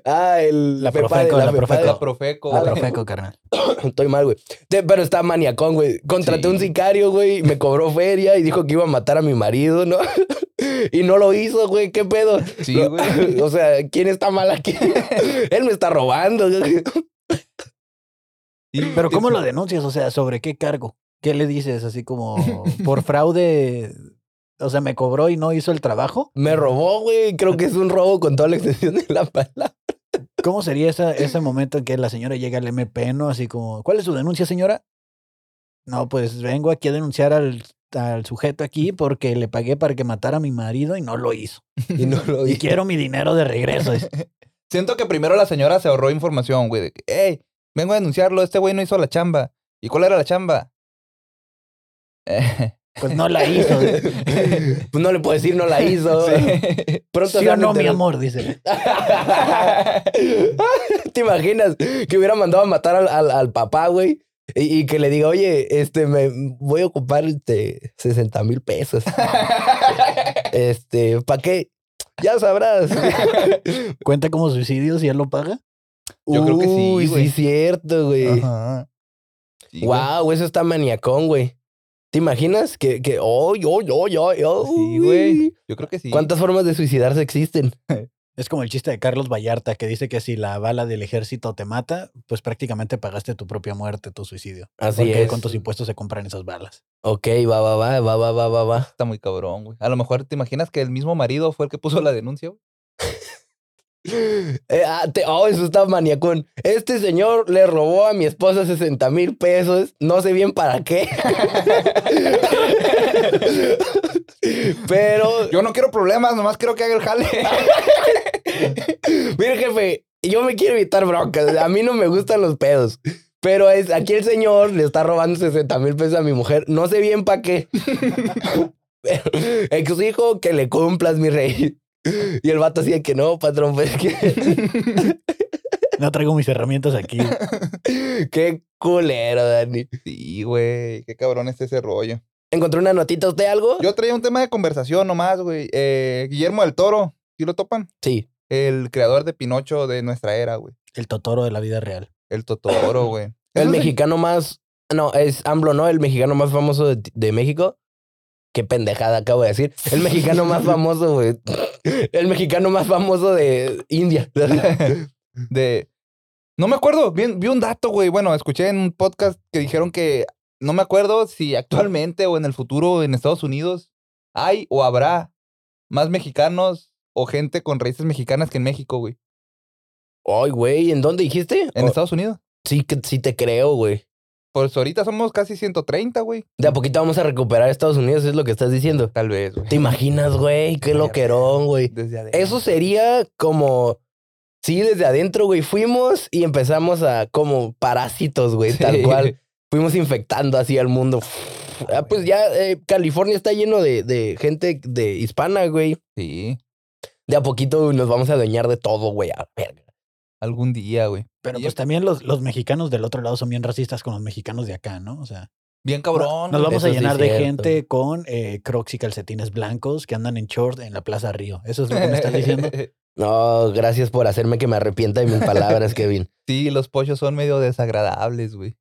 Ah, el...
La
FEPADE,
Profeco, la
FEPADE.
Profeco.
La Profeco.
La
güey.
Profeco, carnal.
Estoy mal, güey. Te- Pero está maniacón, güey. Contraté
Sí.
un sicario, güey. Me cobró feria y dijo que iba a matar a mi marido, ¿no? y no lo hizo, güey. ¿Qué pedo?
Sí, güey.
o sea, ¿quién está mal aquí? Él me está robando.
Sí,
Pero
sí,
¿cómo
sí.
lo denuncias? O sea, ¿sobre qué cargo? ¿Qué le dices? Así como por fraude, o sea, me cobró y no hizo el trabajo.
me robó, güey. Creo que es un robo con toda la extensión de la palabra.
¿Cómo sería esa- ese momento en que la señora llega al MP, no? Así como, ¿cuál es su denuncia, señora? No, pues vengo aquí a denunciar al, al sujeto aquí porque le pagué para que matara a mi marido y no lo hizo.
Y no lo
Y
hizo.
quiero mi dinero de regreso. dice.
Siento que primero la señora se ahorró información, güey. De que, hey, vengo a denunciarlo, este güey no hizo la chamba. ¿Y cuál era la chamba? Eh,
Pues no la hizo. dice.
pues no le puedo decir, no la hizo.
sí.
Pronto se
Sí o
van a
no, mi
enterar.
amor, dice.
¿Te imaginas que hubiera mandado a matar al, al- al papá, güey? Y, y que le diga, oye, este, me voy a ocupar este, 60 mil pesos. Este, ¿para qué? Ya sabrás.
¿Cuenta como suicidio si él lo paga?
Yo creo que sí,
Uy,
güey.
sí, cierto, güey.
Ajá. Sí, güey.
wow, eso está maniacón, güey. ¿Te imaginas que, que oh, yo, yo, yo, yo?
Sí, güey. Yo creo que sí.
¿Cuántas formas de suicidarse existen?
Es como el chiste de Carlos Vallarta que dice que si la bala del ejército te mata, pues prácticamente pagaste tu propia muerte, tu suicidio.
Así
porque
es.
con tus impuestos se compran esas balas.
Ok, va, va, va, va, va, va, va, va.
Está muy cabrón, güey. A lo mejor te imaginas que el mismo marido fue el que puso la denuncia, güey.
Eh, ah, te- oh, eso está maniacón. Este señor le robó a mi esposa 60 mil pesos, no sé bien para qué. Pero,
Yo no quiero problemas, nomás quiero que haga el jale.
mire jefe, yo me quiero evitar broncas, a mí no me gustan los pedos. Pero es, aquí el señor le está robando 60 mil pesos a mi mujer, no sé bien para qué. Pero exijo que le cumplas, mi rey. Y el vato decía que no, patrón, pues que...
No traigo mis herramientas aquí.
Qué culero, Dani.
sí, güey. Qué cabrón es ese rollo.
¿Encontró una notita usted algo?
Yo traía un tema de conversación nomás, güey. Eh, Guillermo del Toro, ¿sí lo topan?
Sí.
El creador de Pinocho de nuestra era, güey.
El totoro de la vida real.
El Totoro, güey.
El
Eso sí.
mexicano más. No, es AMLO, ¿no? El mexicano más famoso de, de México. Qué pendejada acabo de decir. El mexicano más famoso, güey. El mexicano más famoso de India.
de. No me acuerdo, vi, vi un dato, güey. Bueno, escuché en un podcast que dijeron que no me acuerdo si actualmente o en el futuro en Estados Unidos hay o habrá más mexicanos o gente con raíces mexicanas que en México, güey.
Ay, güey, ¿en dónde dijiste?
En
Oh,
Estados Unidos.
sí, que- sí te creo, güey.
Pues ahorita somos casi 130, güey.
De a poquito vamos a recuperar Estados Unidos, es lo que estás diciendo.
Tal vez, güey.
¿Te imaginas, güey? Qué loquerón, güey.
Desde adentro.
Eso sería como. Sí, desde adentro, güey. Fuimos y empezamos a como parásitos, güey, tal
Sí.
cual. fuimos infectando así al mundo. Ah, pues ya eh, California está lleno de, de gente de hispana, güey.
Sí.
De a poquito nos vamos a adueñar de todo, güey. A ver.
Algún día, güey.
Pero
Y
pues
yo-
también los, los mexicanos del otro lado son bien racistas con los mexicanos de acá, ¿no? O sea,
Bien cabrón.
nos vamos
eso
a
sí es
llenar de
cierto.
gente con eh, crocs y calcetines blancos que andan en short en la Plaza Río. Eso es lo que me estás diciendo.
No, gracias por hacerme que me arrepienta de mis palabras, Kevin.
sí, los pollos son medio desagradables, güey.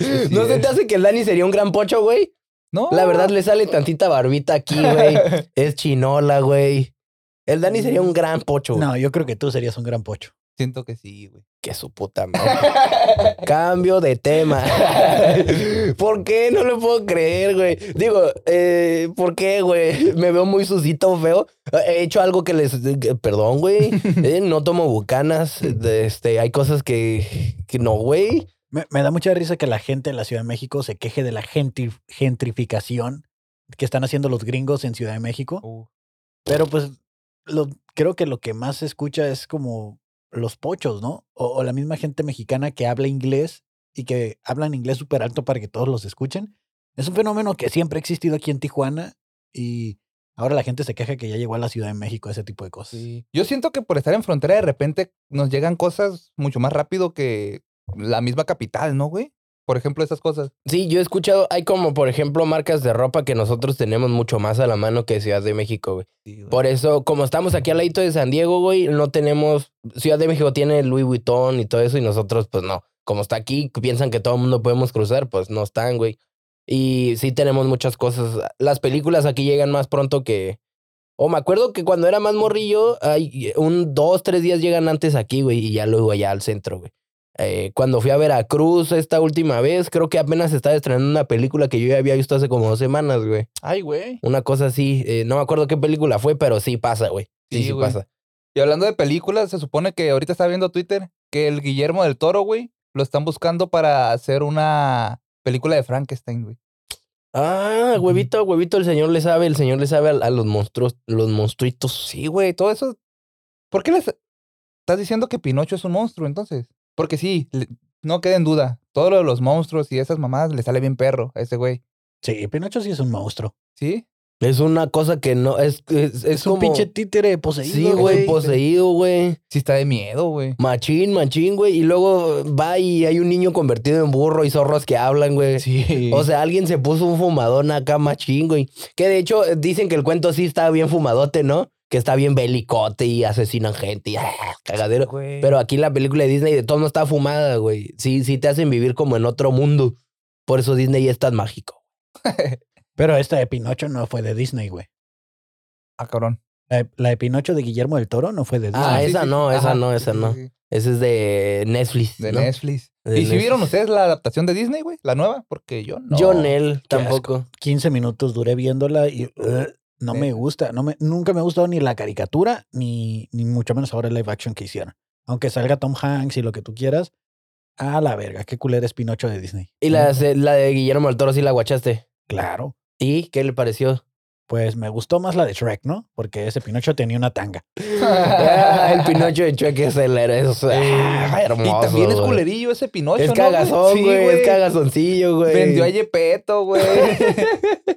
Así
¿No se
es.
te hace que el Dani sería un gran pocho, güey?
No.
La verdad le sale tantita barbita aquí, güey. Es chinola, güey. El Dani sería un gran pocho. güey.
No, yo creo que tú serías un gran pocho.
Siento que sí, güey.
Que su puta madre. Cambio de tema. ¿Por qué? No lo puedo creer, güey. Digo, eh, ¿por qué, güey? Me veo muy sucito, feo. He hecho algo que les... que- Perdón, güey. Eh, no tomo bucanas. De- Este, hay cosas que, que no, güey.
Me, me da mucha risa que la gente de la Ciudad de México se queje de la genti- gentrificación que están haciendo los gringos en Ciudad de
Oh.
México.
Uh,
Pero pues lo, creo que lo que más se escucha es como los pochos, ¿no? O, o la misma gente mexicana que habla inglés y que hablan inglés súper alto para que todos los escuchen. Es un fenómeno que siempre ha existido aquí en Tijuana y ahora la gente se queja que ya llegó a la Ciudad de México ese tipo de cosas.
sí. Yo siento que por estar en frontera de repente nos llegan cosas mucho más rápido que la misma capital, ¿no, güey? Por ejemplo, esas cosas.
Sí, yo he escuchado... Hay como, por ejemplo, marcas de ropa que nosotros tenemos mucho más a la mano que Ciudad de México, güey. Por eso, como estamos aquí al ladito de San Diego, güey, no tenemos... Ciudad de México tiene Louis Vuitton y todo eso y nosotros, pues no. Como está aquí, piensan que todo el mundo podemos cruzar, pues no están, güey. Y sí tenemos muchas cosas. Las películas aquí llegan más pronto que... O me acuerdo que cuando era más morrillo, hay un dos, tres días llegan antes aquí, güey, y ya luego allá al centro, güey. Eh, cuando fui a Veracruz esta última vez, creo que apenas estaba estrenando una película que yo ya había visto hace como dos semanas, güey.
Ay, güey.
Una cosa así, eh, no me acuerdo qué película fue, pero sí pasa, güey. Sí,
Sí,
sí,
güey.
pasa.
Y hablando de películas, se supone que ahorita está viendo Twitter que el Guillermo del Toro, güey, lo están buscando para hacer una película de Frankenstein, güey.
Ah,
Ujú.
huevito, huevito, el señor le sabe, el señor le sabe a, a los monstruos, los monstruitos.
Sí, güey, todo eso. ¿Por qué les estás diciendo que Pinocho es un monstruo entonces? Porque sí, le- no queda en duda. Todo lo de los monstruos y esas mamadas le sale bien perro a ese güey.
Sí, Pinocho sí es un monstruo.
¿Sí?
Es una cosa que no, es, es, es
Es, un
como-
pinche títere poseído.
Sí,
güey.
güey, poseído, güey.
Sí está de miedo, güey.
Machín, machín, güey. Y luego va y hay un niño convertido en burro y zorros que hablan, güey.
Sí.
O sea, alguien se puso un fumadón acá machín, güey. Que de hecho eh, dicen que el cuento sí está bien fumadote, ¿no? Que está bien belicote y asesinan gente y ah, cagadero. Pero aquí la película de Disney de todo no está fumada, güey. Sí, sí te hacen vivir como en otro mundo. Por eso Disney es tan mágico.
Pero esta de Pinocho no fue de Disney, güey.
Ah, cabrón.
La de, la de Pinocho de Guillermo del Toro no fue de Disney.
Ah,
sí,
esa
sí,
no,
sí.
esa
Ajá,
no,
sí,
esa
sí,
no.
sí.
Ese es de Netflix.
De
¿no?
Netflix.
De
¿Y si
Netflix.
vieron ustedes la adaptación de Disney, güey? ¿La nueva? Porque yo no.
Yo, Nel,
Qué
tampoco.
15 minutos duré viéndola y uh, no
Sí.
me gusta. No me, nunca me ha gustado ni la caricatura, ni, ni mucho menos ahora el live action que hicieron. Aunque salga Tom Hanks y lo que tú quieras. A la verga, qué culera es Pinocho de Disney. Mm,
Y la, se- la de Guillermo del Toro sí la guachaste.
Claro.
¿Y qué le pareció?
Pues me gustó más la de Shrek, ¿no? Porque ese Pinocho tenía una tanga.
Ah, el Pinocho de Chueque es el héroe. Es, ah, hermoso.
y también es
güey.
culerillo ese Pinocho,
Es
¿no,
cagazón,
Sí,
güey. es cagazoncillo, güey.
Vendió a Yepeto, güey.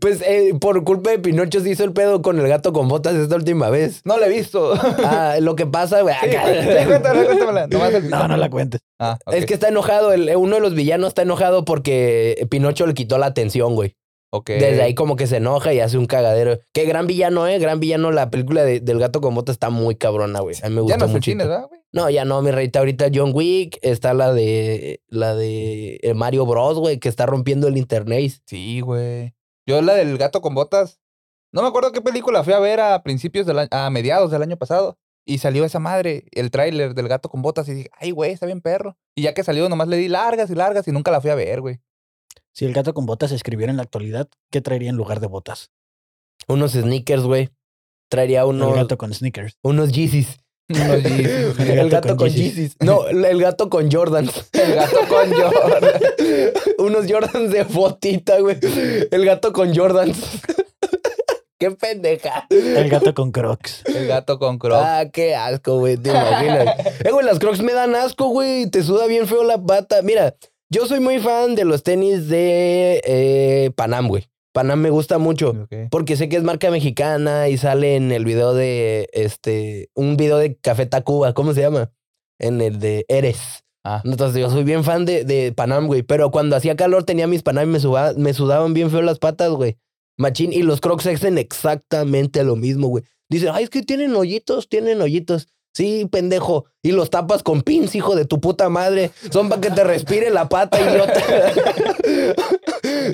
Pues eh, por culpa de Pinocho se hizo el pedo con el gato con botas esta última vez.
No la he visto.
Ah, lo que pasa, güey.
Sí,
acá-
sí, cuéntamela, cuéntamela. Nomás el-
No, no la cuentes.
Ah, ok.
Es que está enojado. el- eh, uno de los villanos está enojado porque Pinocho le quitó la atención, güey.
Ok.
Desde ahí como que se enoja y hace un cagadero. Qué gran villano, eh. Gran villano. La película de- del gato con botas está muy cabrona, güey. A mí
Ya
me gustó
no son
mucho.
chines, ¿verdad, güey?
No, ya no, mi reita. Ahorita John Wick, está la de la de eh, Mario Bros, güey, que está rompiendo el internet.
Sí, güey. Yo la del gato con botas. No me acuerdo qué película fui a ver a principios del año, a mediados del año pasado. Y salió esa madre, el tráiler del gato con botas. Y dije, ay, güey, está bien perro. Y ya que salió, nomás le di largas y largas y nunca la fui a ver, güey.
Si el gato con botas escribiera en la actualidad, ¿qué traería en lugar de botas?
Unos sneakers, güey. Traería
El
unos,
gato con sneakers.
unos Yeezys.
Unos Yeezys, güey.
El gato con Yeezys. No, el gato con Jordans.
el gato con Jordan.
unos Jordans de fotita, güey. El gato con Jordans. Qué pendeja.
El gato con crocs.
El gato con Crocs.
Ah, qué asco, güey, te imaginas. eh, güey, las crocs me dan asco, güey. Te suda bien feo la pata. Mira, yo soy muy fan de los tenis de eh, Panam, güey. Panam me gusta mucho.
Ok.
Porque sé que es marca mexicana y sale en el video de este. Un video de Café Tacuba, ¿cómo se llama? En el de Eres.
Ah.
Entonces yo soy bien fan de, de Panam, güey. Pero cuando hacía calor tenía mis Panam y me, suba- me sudaban bien feo las patas, güey. Machín. Y los Crocs hacen exactamente lo mismo, güey. Dicen, ay, es que tienen hoyitos, tienen hoyitos. Sí, pendejo. Y los tapas con pins, hijo de tu puta madre. Son para que te respire la pata, idiota.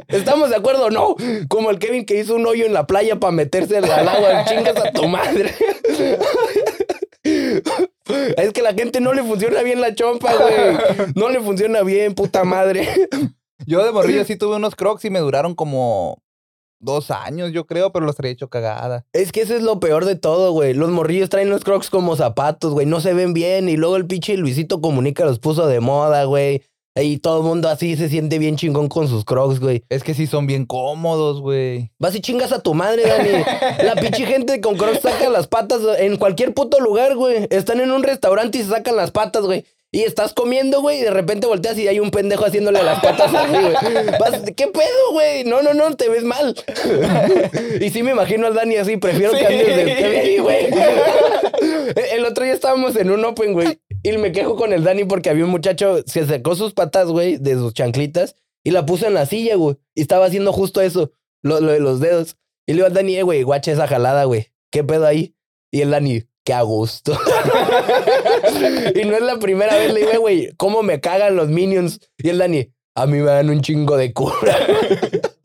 ¿Estamos de acuerdo? No. Como el Kevin que hizo un hoyo en la playa para meterse al agua. Chingas a tu madre. Es que la gente no le funciona bien la chompa, güey. No le funciona bien, puta madre.
Yo de morrillo sí tuve unos crocs y me duraron como dos años, yo creo, pero los traía hecho cagada.
Es que eso es lo peor de todo, güey. Los morrillos traen los crocs como zapatos, güey. No se ven bien. Y luego el pinche Luisito Comunica los puso de moda, güey. Y todo el mundo así se siente bien chingón con sus crocs, güey.
Es que sí son bien cómodos, güey.
Vas y chingas a tu madre, Dani. La pinche gente con crocs saca las patas en cualquier puto lugar, güey. Están en un restaurante y se sacan las patas, güey. Y estás comiendo, güey, y de repente volteas y hay un pendejo haciéndole las patas así, güey. Vas, ¿Qué pedo, güey? No, no, no, te ves mal. Y sí me imagino al Dani así, prefiero
Sí.
que andes de- que- sí, güey. El otro día estábamos en un open, güey. Y me quejo con el Dani porque había un muchacho que sacó sus patas, güey, de sus chanclitas y la puso en la silla, güey. Y estaba haciendo justo eso, lo, lo de los dedos. Y le digo al Dani, eh, güey, guacha esa jalada, güey. ¿Qué pedo ahí? Y el Dani, qué a gusto. y no es la primera vez, le digo, "Eh, güey, cómo me cagan los minions. Y el Dani, a mí me dan un chingo de cura.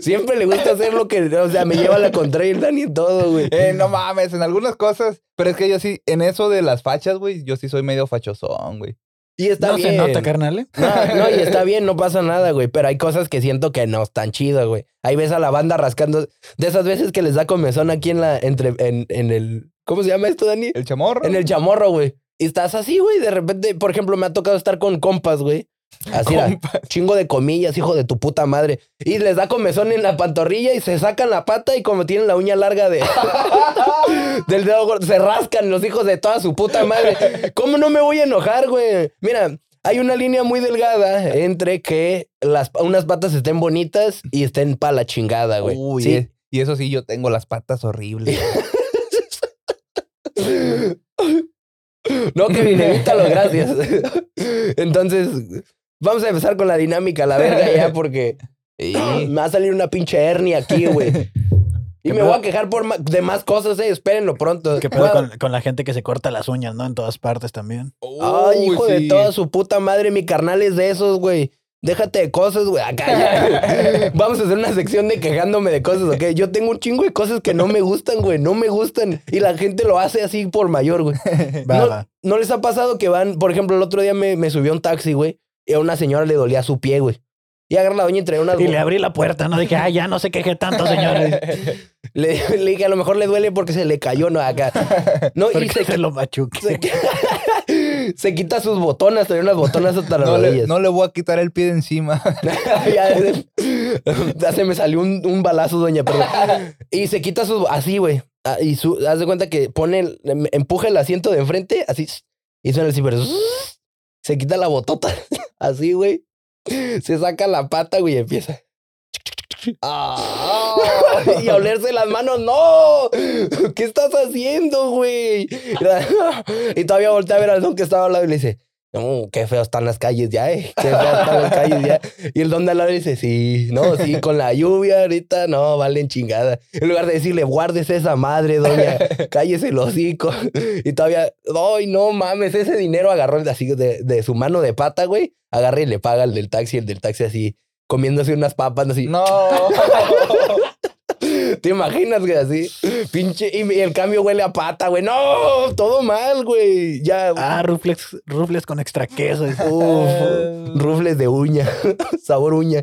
Siempre le gusta hacer lo que, o sea, me lleva a la contraria el Dani en todo, güey.
Eh, no mames, en algunas cosas. Pero es que yo sí, en eso de las fachas, güey, yo sí soy medio fachosón, güey.
Y está
no
bien. Pues
se nota, carnal. ¿eh?
No, no, y está bien, no pasa nada, güey. Pero hay cosas que siento que no están chidas, güey. Ahí ves a la banda rascando. De esas veces que les da comezón aquí en la. entre en, en el. ¿Cómo se llama esto, Dani?
El chamorro.
En el chamorro, güey. Y estás así, güey. De repente, por ejemplo, me ha tocado estar con compas, güey. Así, era, chingo de comillas, hijo de tu puta madre. Y les da comezón en la pantorrilla y se sacan la pata y como tienen la uña larga de... del dedo gordo, se rascan los hijos de toda su puta madre. ¿Cómo no me voy a enojar, güey? Mira, hay una línea muy delgada entre que las, unas patas estén bonitas y estén pa' la chingada, güey.
Uy,
Sí.
eh, y eso sí, yo tengo las patas horribles.
No, Kevin, evítalo, gracias. Entonces, vamos a empezar con la dinámica, la verga, ya, porque
Sí.
me va a salir una pinche hernia aquí, güey. Y me
¿Qué pedo?
voy a quejar por ma- de más cosas, eh. Espérenlo pronto.
Que pedo con, con la gente que se corta las uñas, ¿no? En todas partes también.
Ay, hijo
Uy,
de
sí.
toda su puta madre, mi carnal es de esos, güey. Déjate de cosas, güey. Acá ya. Vamos a hacer una sección de quejándome de cosas, ¿ok? Yo tengo un chingo de cosas que no me gustan, güey. No me gustan. Y la gente lo hace así por mayor, güey.
Va,
No,
va.
¿no les ha pasado que van, por ejemplo, el otro día me, me subió un taxi, güey, y a una señora le dolía su pie, güey. Y agarra la doña y trae unas
Y le abrí la puerta, no dije, ah, ya no se queje tanto, señores.
Le, le dije, a lo mejor le duele porque se le cayó, no, acá. No, y
Porque
se,
se lo machuque.
se, se quita sus botonas, trae unas botonas hasta las
No le,
rodillas.
no le voy a quitar el pie de encima.
ya, ya se me salió un, un balazo, doña, perdón. Y se quita sus, así, güey. Ah, Y su, haz de cuenta que pone, el- em- empuja el asiento de enfrente, así, y suena el ciber. Se quita la botota, así, güey. Se saca la pata, güey, y empieza.
Ah.
y a olerse las manos, no, ¿qué estás haciendo, güey? y todavía voltea a ver al don que estaba al lado y le dice, no, qué feo están las calles ya, eh, qué feas están las calles ya. Y el don de al lado le dice, sí, no, sí, con la lluvia ahorita, no, valen chingada. En lugar de decirle, guárdese esa madre, doña, cállese el hocico. Y todavía, ay, no mames, ese dinero agarró así de, de su mano de pata, güey, agarra y le paga al del taxi, el del taxi así, comiéndose unas papas, así.
No.
¿Te imaginas, güey, así? Pinche. Y y el cambio huele a pata, güey. No, todo mal, güey. Ya.
Ah, rufles, rufles con extra queso. Y-
Uf, rufles de uña. Sabor uña.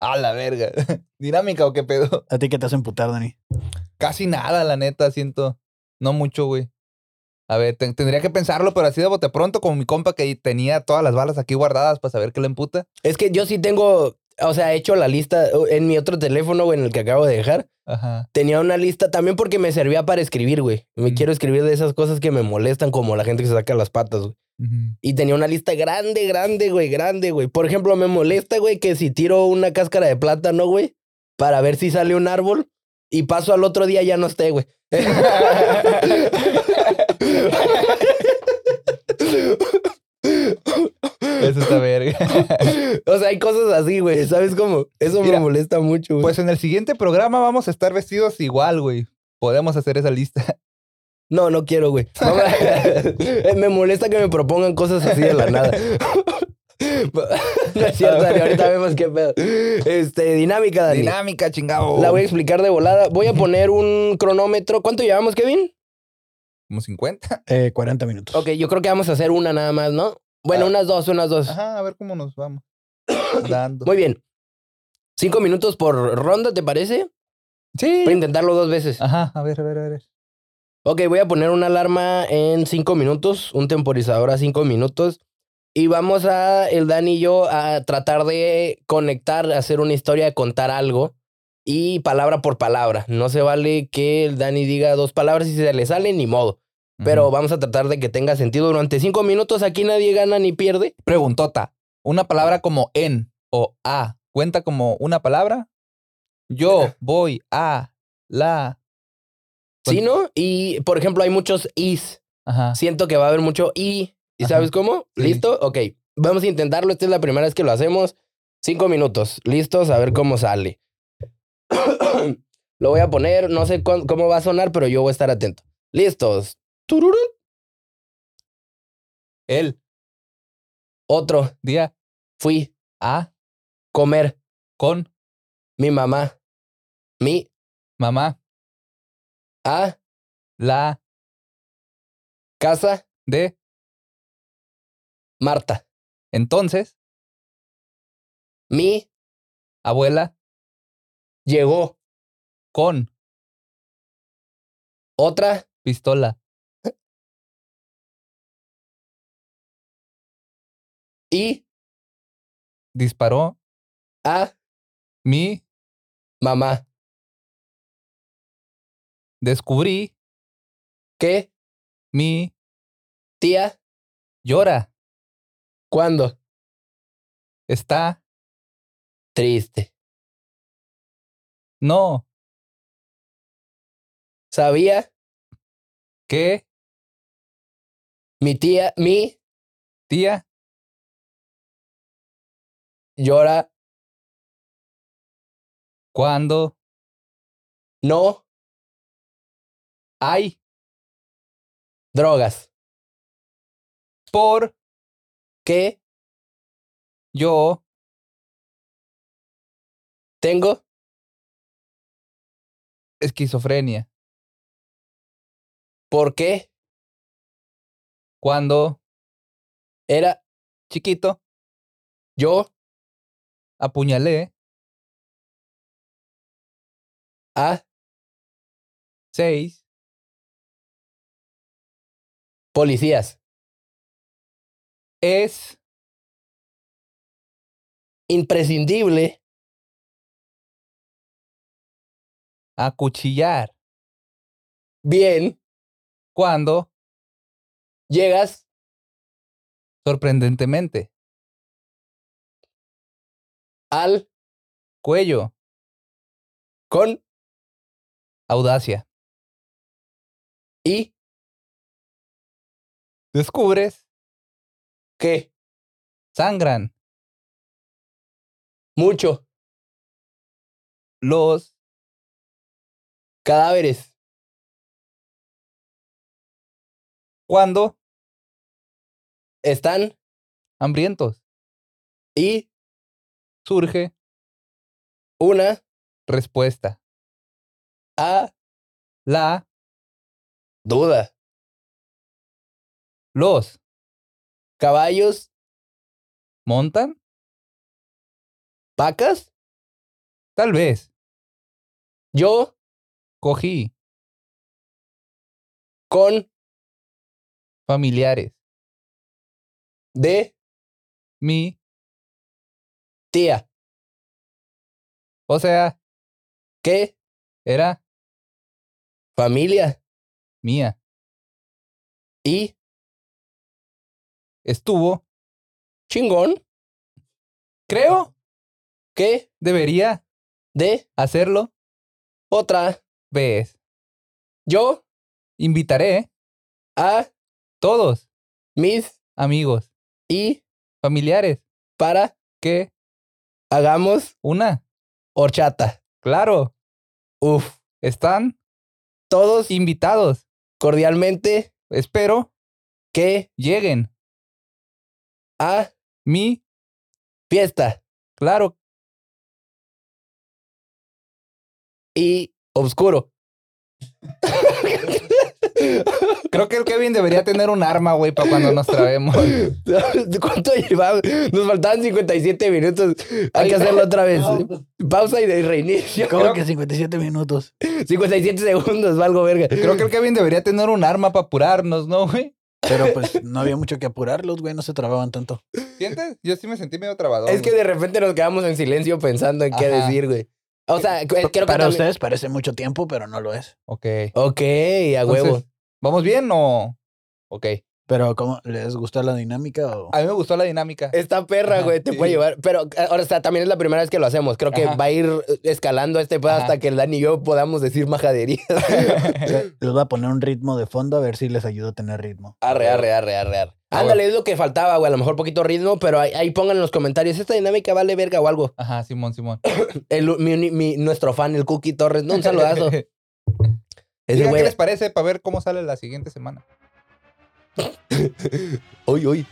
A la verga. ¿Dinámica o qué pedo?
¿A ti qué te hace emputar, Dani?
Casi nada, la neta, siento. No mucho, güey. A ver, ten- tendría que pensarlo, pero así de bote pronto, como mi compa que tenía todas las balas aquí guardadas para saber qué le emputa.
Es que yo sí tengo. O sea, he hecho la lista uh, en mi otro teléfono, güey, en el que acabo de dejar.
Ajá.
Tenía una lista también porque me servía para escribir, güey. Me
Mm.
quiero escribir de esas cosas que me molestan, como la gente que se saca las patas, güey.
Ujú.
Y tenía una lista grande, grande, güey, grande, güey. Por ejemplo, me molesta, güey, que si tiro una cáscara de plátano, güey, para ver si sale un árbol y paso al otro día ya no esté, güey.
Eso está verga.
o sea, hay cosas así, güey. ¿Sabes cómo? Eso
Mira,
me molesta mucho, güey.
Pues en el siguiente programa vamos a estar vestidos igual, güey. Podemos hacer esa lista.
No, no quiero, güey. No me- me molesta que me propongan cosas así de la nada. no es cierto, Dani. Ahorita vemos qué pedo. Este, dinámica, Dani.
Dinámica, chingado.
La voy a explicar de volada. Voy a poner un cronómetro. ¿Cuánto llevamos, Kevin?
Como 50.
Eh, 40 minutos.
Ok, yo creo que vamos a hacer una nada más, ¿no? Bueno,
Ah.
unas dos, unas dos.
Ajá, a ver cómo nos vamos. Dando.
Muy bien. Cinco minutos por ronda, ¿te parece?
Sí.
Voy
Pues
a intentarlo dos veces.
Ajá, a ver, a ver, a ver.
Ok, voy a poner una alarma en cinco minutos, un temporizador a cinco minutos. Y vamos a, el Dani y yo, a tratar de conectar, hacer una historia, de contar algo. Y palabra por palabra. No se vale que el Dani diga dos palabras y se le sale ni modo. Pero
Ujú.
vamos a tratar de que tenga sentido durante cinco minutos. Aquí nadie gana ni pierde.
Preguntota. Una palabra como en o a cuenta como una palabra. Yo voy a la. Pues
Sí, ¿no? Y, por ejemplo, hay muchos is.
Ajá.
Siento que va a haber mucho y. ¿Y
Ajá.
sabes cómo?
Sí.
¿Listo? Ok. Vamos a intentarlo. Esta es la primera vez que lo hacemos. Cinco minutos. Listos. A ver cómo sale. lo voy a poner. No sé cuán- cómo va a sonar, pero yo voy a estar atento. Listos. Tururú.
El
Otro.
día
Fui.
a
Comer.
con
Mi mamá. Mi.
mamá
A.
la
Casa.
de.
Marta.
Entonces,
Mi.
abuela
Llegó.
con
Otra.
pistola.
Y.
Disparó
A.
mi.
Mamá.
Descubrí
¿Qué?
mi.
Tía.
Llora.
¿Cuándo?
Está.
Triste.
No.
Sabía
¿Qué?
mi tía, mi
Tía.
llora,
Cuando
no
hay
drogas.
por
¿Qué
yo
Tengo
Esquizofrenia.
por qué
Cuando
era
chiquito
yo
apuñalé
a
seis
policías
es
imprescindible
acuchillar.
bien
Cuando
llegas
sorprendentemente
al
cuello
con
audacia
y
descubres
que
sangran
mucho
los
cadáveres
cuando
están
hambrientos
y
surge
una
respuesta
a
la
duda
los
caballos
montan
vacas
tal vez
yo
cogí
con
familiares
de
mi
tía
o sea
que
era
familia
mía
y
estuvo
chingón
creo
que
debería
de
hacerlo
otra
vez
yo
invitaré
a
todos
mis
amigos
y
familiares
para
que
hagamos
una
horchata
claro
uf
están
todos
invitados
cordialmente
espero
que
lleguen
a
mi
fiesta
claro
y oscuro
creo que el Kevin debería tener un arma güey para cuando nos trabemos
¿Cuánto llevamos? Nos faltaban 57 minutos. Hay que hacerlo otra vez. Pausa y de reinicio.
¿Cómo que 57 minutos?
57 segundos, valgo verga.
creo que el Kevin debería tener un arma para apurarnos no güey
Pero pues no había mucho que apurarlos, güey, no se trababan tanto.
sientes yo sí me sentí medio trabador
Es que
güey.
de repente nos quedamos en silencio pensando en qué
Ajá.
decir, güey. O sea, creo Eh, que
Para
también-
ustedes parece mucho tiempo, pero no lo es.
ok
Ok, a
Entonces,
huevo.
vamos bien o ok
Pero ¿cómo les gusta la dinámica o
Ah,
a mí me gustó la dinámica
Esta perra,
Ajá,
güey, te
sí.
puede llevar. Pero, eh, ahora, o sea, también es la primera vez que lo hacemos. Creo que
Ajá.
va a ir escalando este pedo
Ajá.
hasta que el Dan y yo podamos decir majadería.
les voy a poner un ritmo de fondo a ver si les ayuda a tener ritmo?
Arre, arre, arre, arre, arre.
Ah,
Ándale, es lo que faltaba, güey. A lo mejor poquito ritmo, pero ahí, ahí pongan en los comentarios. ¿Esta dinámica vale verga o algo?
ajá Simón Simón
El- mi- mi- mi- nuestro fan, el Cookie Torres. No, un saludazo. Ese
Digan
güey.
qué les parece para ver cómo sale la siguiente semana
Uy, uy.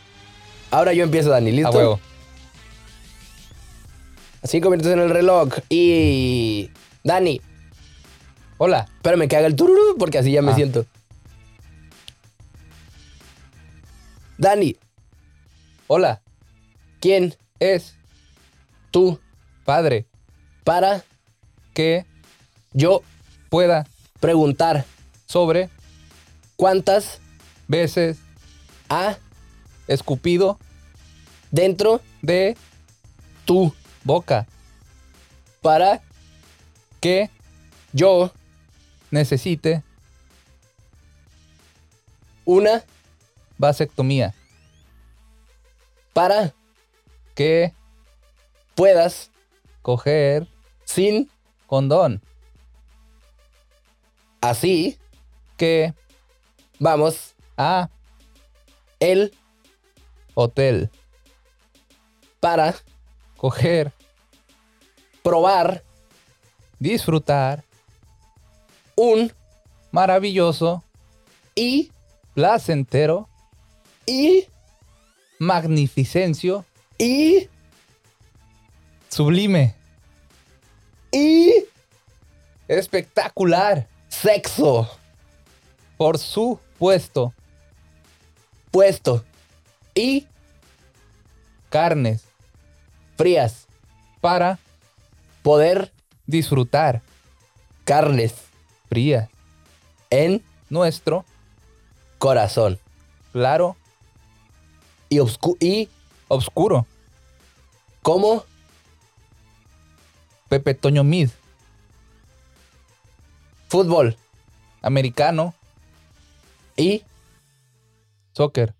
Ahora yo empiezo, Dani. ¿Listo?
a huevo
Cinco minutos en el reloj. Y. Dani,
hola
espérame que haga el tururú porque así ya me
Ah.
siento. Dani,
hola
¿quién
es
tú
padre
para
que
yo
pueda
preguntar
sobre
cuántas
veces
a
escupido
dentro
de
tú
boca
para
que
yo
necesite
una
vasectomía
para
que
puedas
coger
sin
condón
así
que
vamos
a
el
hotel
para
coger
probar
disfrutar
un
maravilloso
y
placentero
y
magnificencio
y
sublime y espectacular sexo. Por supuesto.
Puesto. Y
Carnes
frías.
para
Poder
disfrutar
carnes
frías.
en
Nuestro,
corazón.
claro,
Y obscu y
oscuro.
como
Pepe Toño Mid,
fútbol.
americano,
Y
soccer.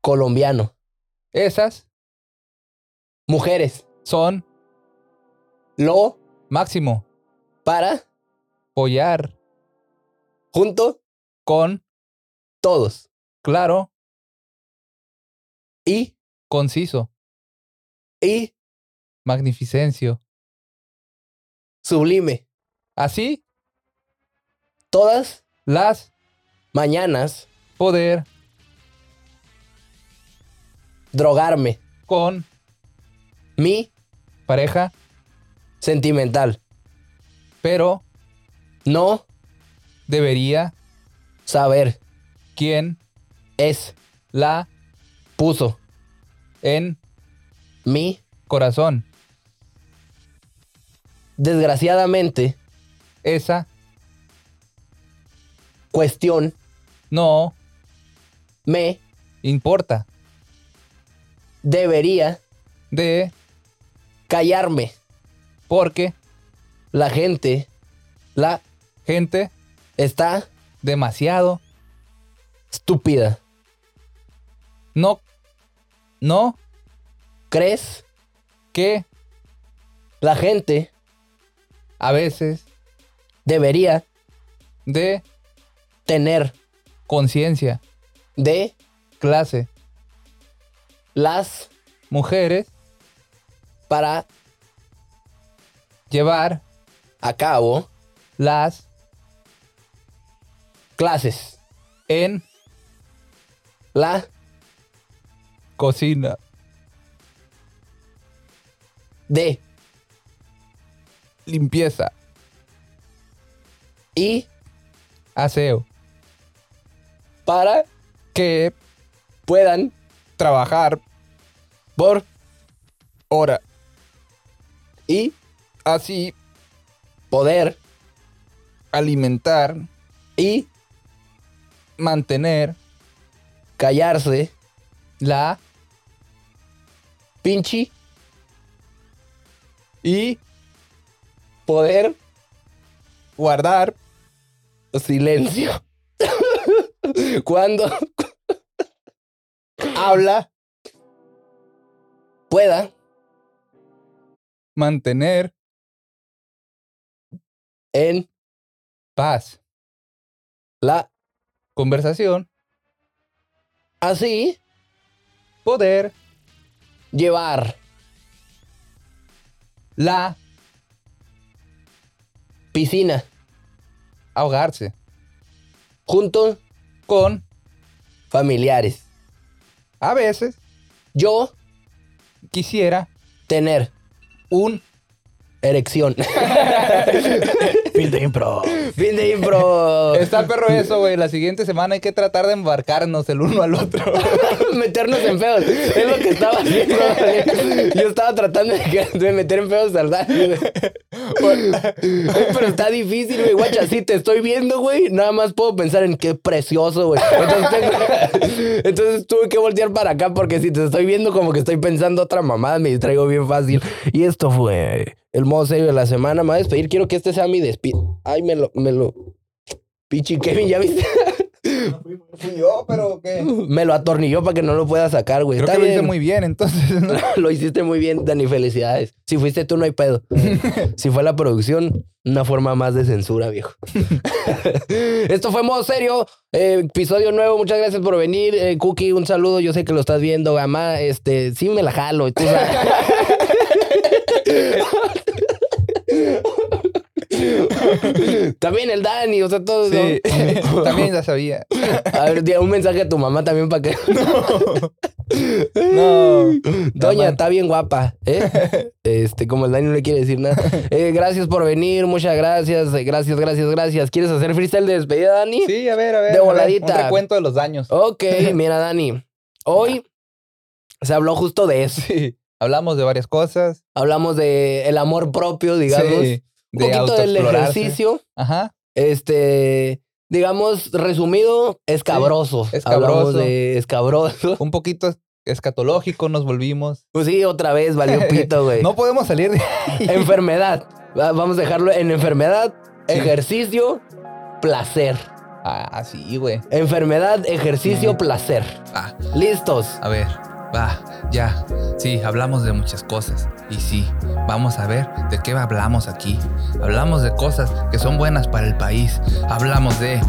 colombiano.
Esas
Mujeres.
son
Lo
máximo.
para
Pollar
junto
con,
todos.
claro,
Y
conciso,
y
magnificencio.
sublime.
Así
Todas
las
mañanas
poder
drogarme.
con
Mi
pareja,
sentimental.
pero
No
debería
saber.
quien
Es
la
puso
en
mi
corazón.
desgraciadamente
Esa
cuestión
no
me
importa.
debería
De
callarme.
porque
La gente la
gente
está
demasiado
estúpida.
no no
¿Crees?
que
La gente
a veces
debería
de
tener
conciencia,
de
clase,
las
mujeres
para
llevar
a cabo
las
clases.
en
La
cocina
de
limpieza,
y
aseo,
para
que
puedan
trabajar
por
hora
y
así
poder
alimentar,
y
mantener
callarse
la
pinche
y
poder
guardar
silencio. Cuando habla pueda
mantener
en
paz,
la
conversación,
así
poder,
llevar
la
piscina
ahogarse
junto
con
familiares.
a veces
Yo
quisiera
tener
un
erección.
Field de impro.
fin de impro.
Está perro eso, güey. La siguiente semana hay que tratar de embarcarnos el uno al otro.
meternos en feos. Es lo que estaba haciendo. güey. Yo estaba tratando de, que- de meter en feos al Dani, güey. Güey, Pero está difícil, güey. Guacha, sí, te estoy viendo, güey. Nada más puedo pensar en qué precioso, güey. Entonces, tengo- entonces tuve que voltear para acá porque si te estoy viendo, como que estoy pensando otra mamada, me distraigo bien fácil. Y esto fue el modo serio de la semana. Me voy a despedir. Quiero que este sea mi despido. Ay, me lo, me lo. Pichi Kevin, ¿ya viste?
Fui yo, pero que.
Me lo atornilló para que no lo pueda sacar, güey.
Creo
Está
que lo hice
bien.
muy bien, entonces. ¿no?
Lo hiciste muy bien, Dani. Felicidades. Si fuiste tú, no hay pedo. si fue la producción, una forma más de censura, viejo. Esto fue modo serio. eh, episodio nuevo. Muchas gracias por venir. Eh, Cookie, un saludo. Yo sé que lo estás viendo, Gamá. Este, sí me la jalo. tú sabes. También el Dani, o sea, todos.
Sí,
¿no?
también ya sabía.
A ver, tía, un mensaje a tu mamá también para que.
No.
Doña,
man.
está bien guapa, ¿eh? Este, como el Dani no le quiere decir nada. Eh, gracias por venir, muchas gracias, eh, gracias, gracias, gracias. ¿Quieres hacer freestyle de despedida, Dani?
Sí, a ver, a ver.
De
a ver,
voladita. Oh.
Un recuento de los daños.
Ok, mira, Dani. Hoy se habló justo de eso.
Sí. Hablamos de varias cosas.
Hablamos de el amor propio, digamos.
Sí,
un poquito del
autoexplorarse.
ejercicio.
Ajá.
Este, digamos, resumido, escabroso.
escabroso.
Hablamos de escabroso.
Un poquito escatológico nos volvimos.
Pues sí, otra vez, valió pito, güey.
No podemos salir de
Enfermedad. Va- Vamos a dejarlo en enfermedad,
Sí.
ejercicio, placer.
Ah, sí, güey.
Enfermedad, ejercicio, placer.
Ah,
Listos.
a ver. Va, ya. Sí, hablamos de muchas cosas. Y sí, vamos a ver de qué hablamos aquí. Hablamos de cosas que son buenas para el país. Hablamos de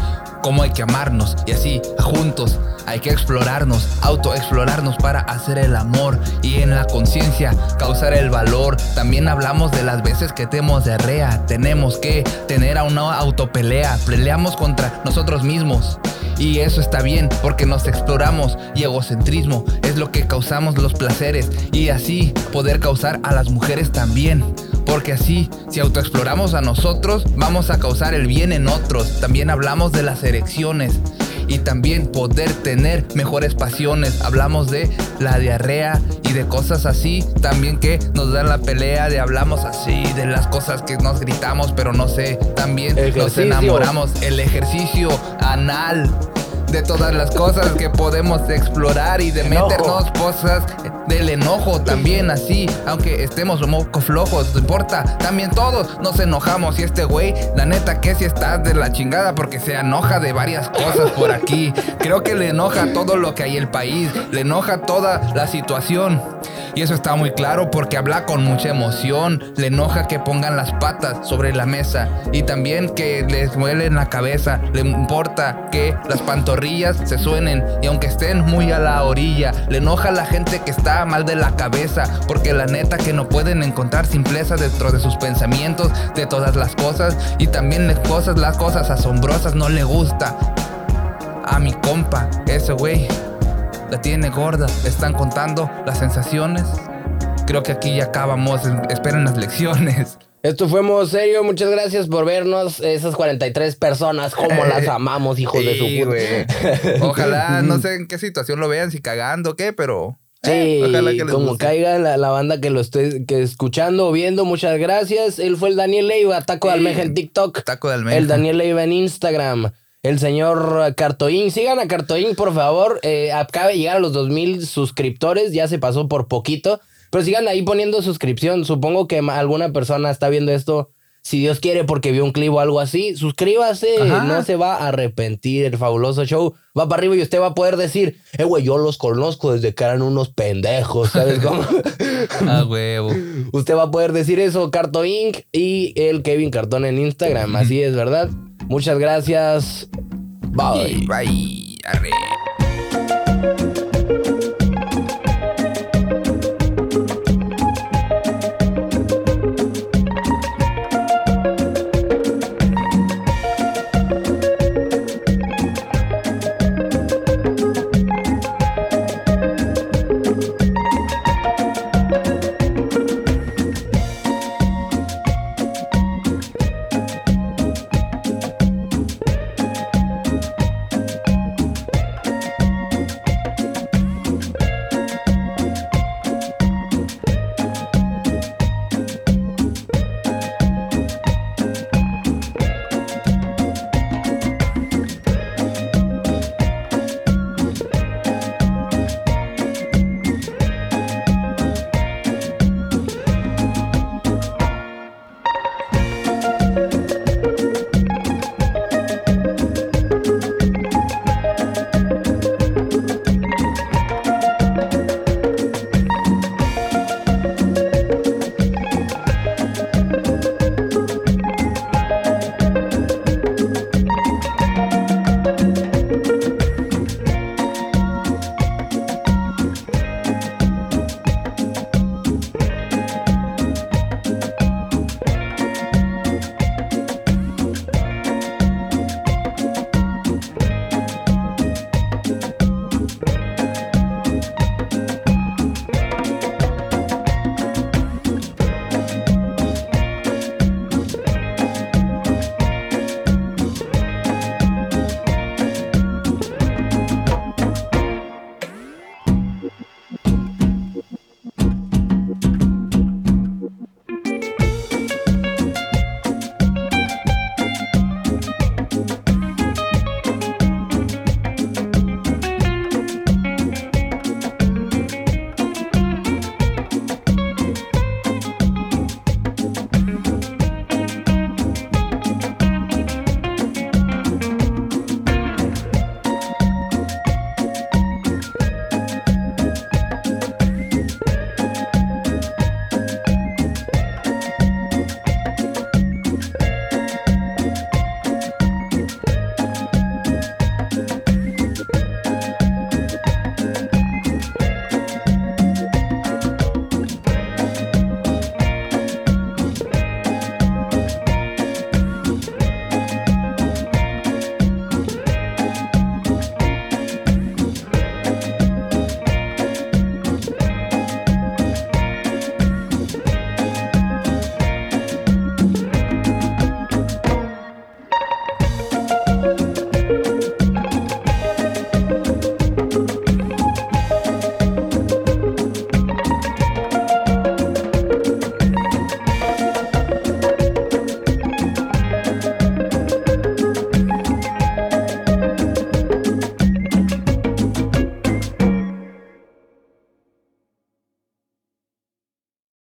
cómo hay que amarnos y así, juntos. Hay que explorarnos, autoexplorarnos para hacer el amor y en la conciencia causar el valor. También hablamos de las veces que tenemos diarrea. Tenemos que tener a una autopelea. Peleamos contra nosotros mismos. Y eso está bien porque nos exploramos y egocentrismo es lo que causamos los placeres y así poder causar a las mujeres también. Porque así, si autoexploramos a nosotros, vamos a causar el bien en otros. También hablamos de las erecciones y también poder tener mejores pasiones. Hablamos de la diarrea y de cosas así, también que nos dan la pelea de hablamos así, de las cosas que nos gritamos, pero no sé, también nos
Ejercicio.
enamoramos, el ejercicio anal. De todas las cosas que podemos explorar y de
Enojo.
meternos cosas del enojo también así, aunque estemos un poco flojos, no importa, también todos nos enojamos y este güey, la neta que si estás de la chingada porque se enoja de varias cosas por aquí, creo que le enoja todo lo que hay en el país, le enoja toda la situación. Y eso está muy claro porque habla con mucha emoción, le enoja que pongan las patas sobre la mesa y también que les muelen la cabeza, le importa que las pantorrillas se suenen y aunque estén muy a la orilla, le enoja a la gente que está mal de la cabeza porque la neta que no pueden encontrar simpleza dentro de sus pensamientos, de todas las cosas y también las cosas, las cosas asombrosas no le gusta. A mi compa, ese güey, la tiene gorda. Están contando las sensaciones. Creo que aquí ya acabamos. Esperen las lecciones.
Esto fue Modo Serio. Muchas gracias por vernos. Esas 43 personas, como las amamos, hijos de
Sí,
su puta.
güey. Ojalá, no sé en qué situación lo vean, si cagando o qué, pero.
Sí,
eh, ojalá que les
como
guste.
caiga la, la banda que lo esté que escuchando o viendo, muchas gracias. Él fue el Daniel Leiva, Taco de
Sí.
Almeja en TikTok,
Taco de almeja.
el Daniel Leiva en Instagram, el señor Cartoín. Sigan a Cartoín, por favor. Eh, acaba de llegar a los 2000 suscriptores, ya se pasó por poquito, pero sigan ahí poniendo suscripción. Supongo que ma- alguna persona está viendo esto. Si Dios quiere, porque vio un clip o algo así, suscríbase,
Ajá.
no se va a arrepentir. El fabuloso show va para arriba y usted va a poder decir, eh, güey, yo los conozco desde que eran unos pendejos, ¿sabes cómo?
Ah, huevo.
usted va a poder decir eso, Carto Inc. y el Kevin Cartón en Instagram. Así es, ¿verdad? Muchas gracias. Bye.
Bye. Arre.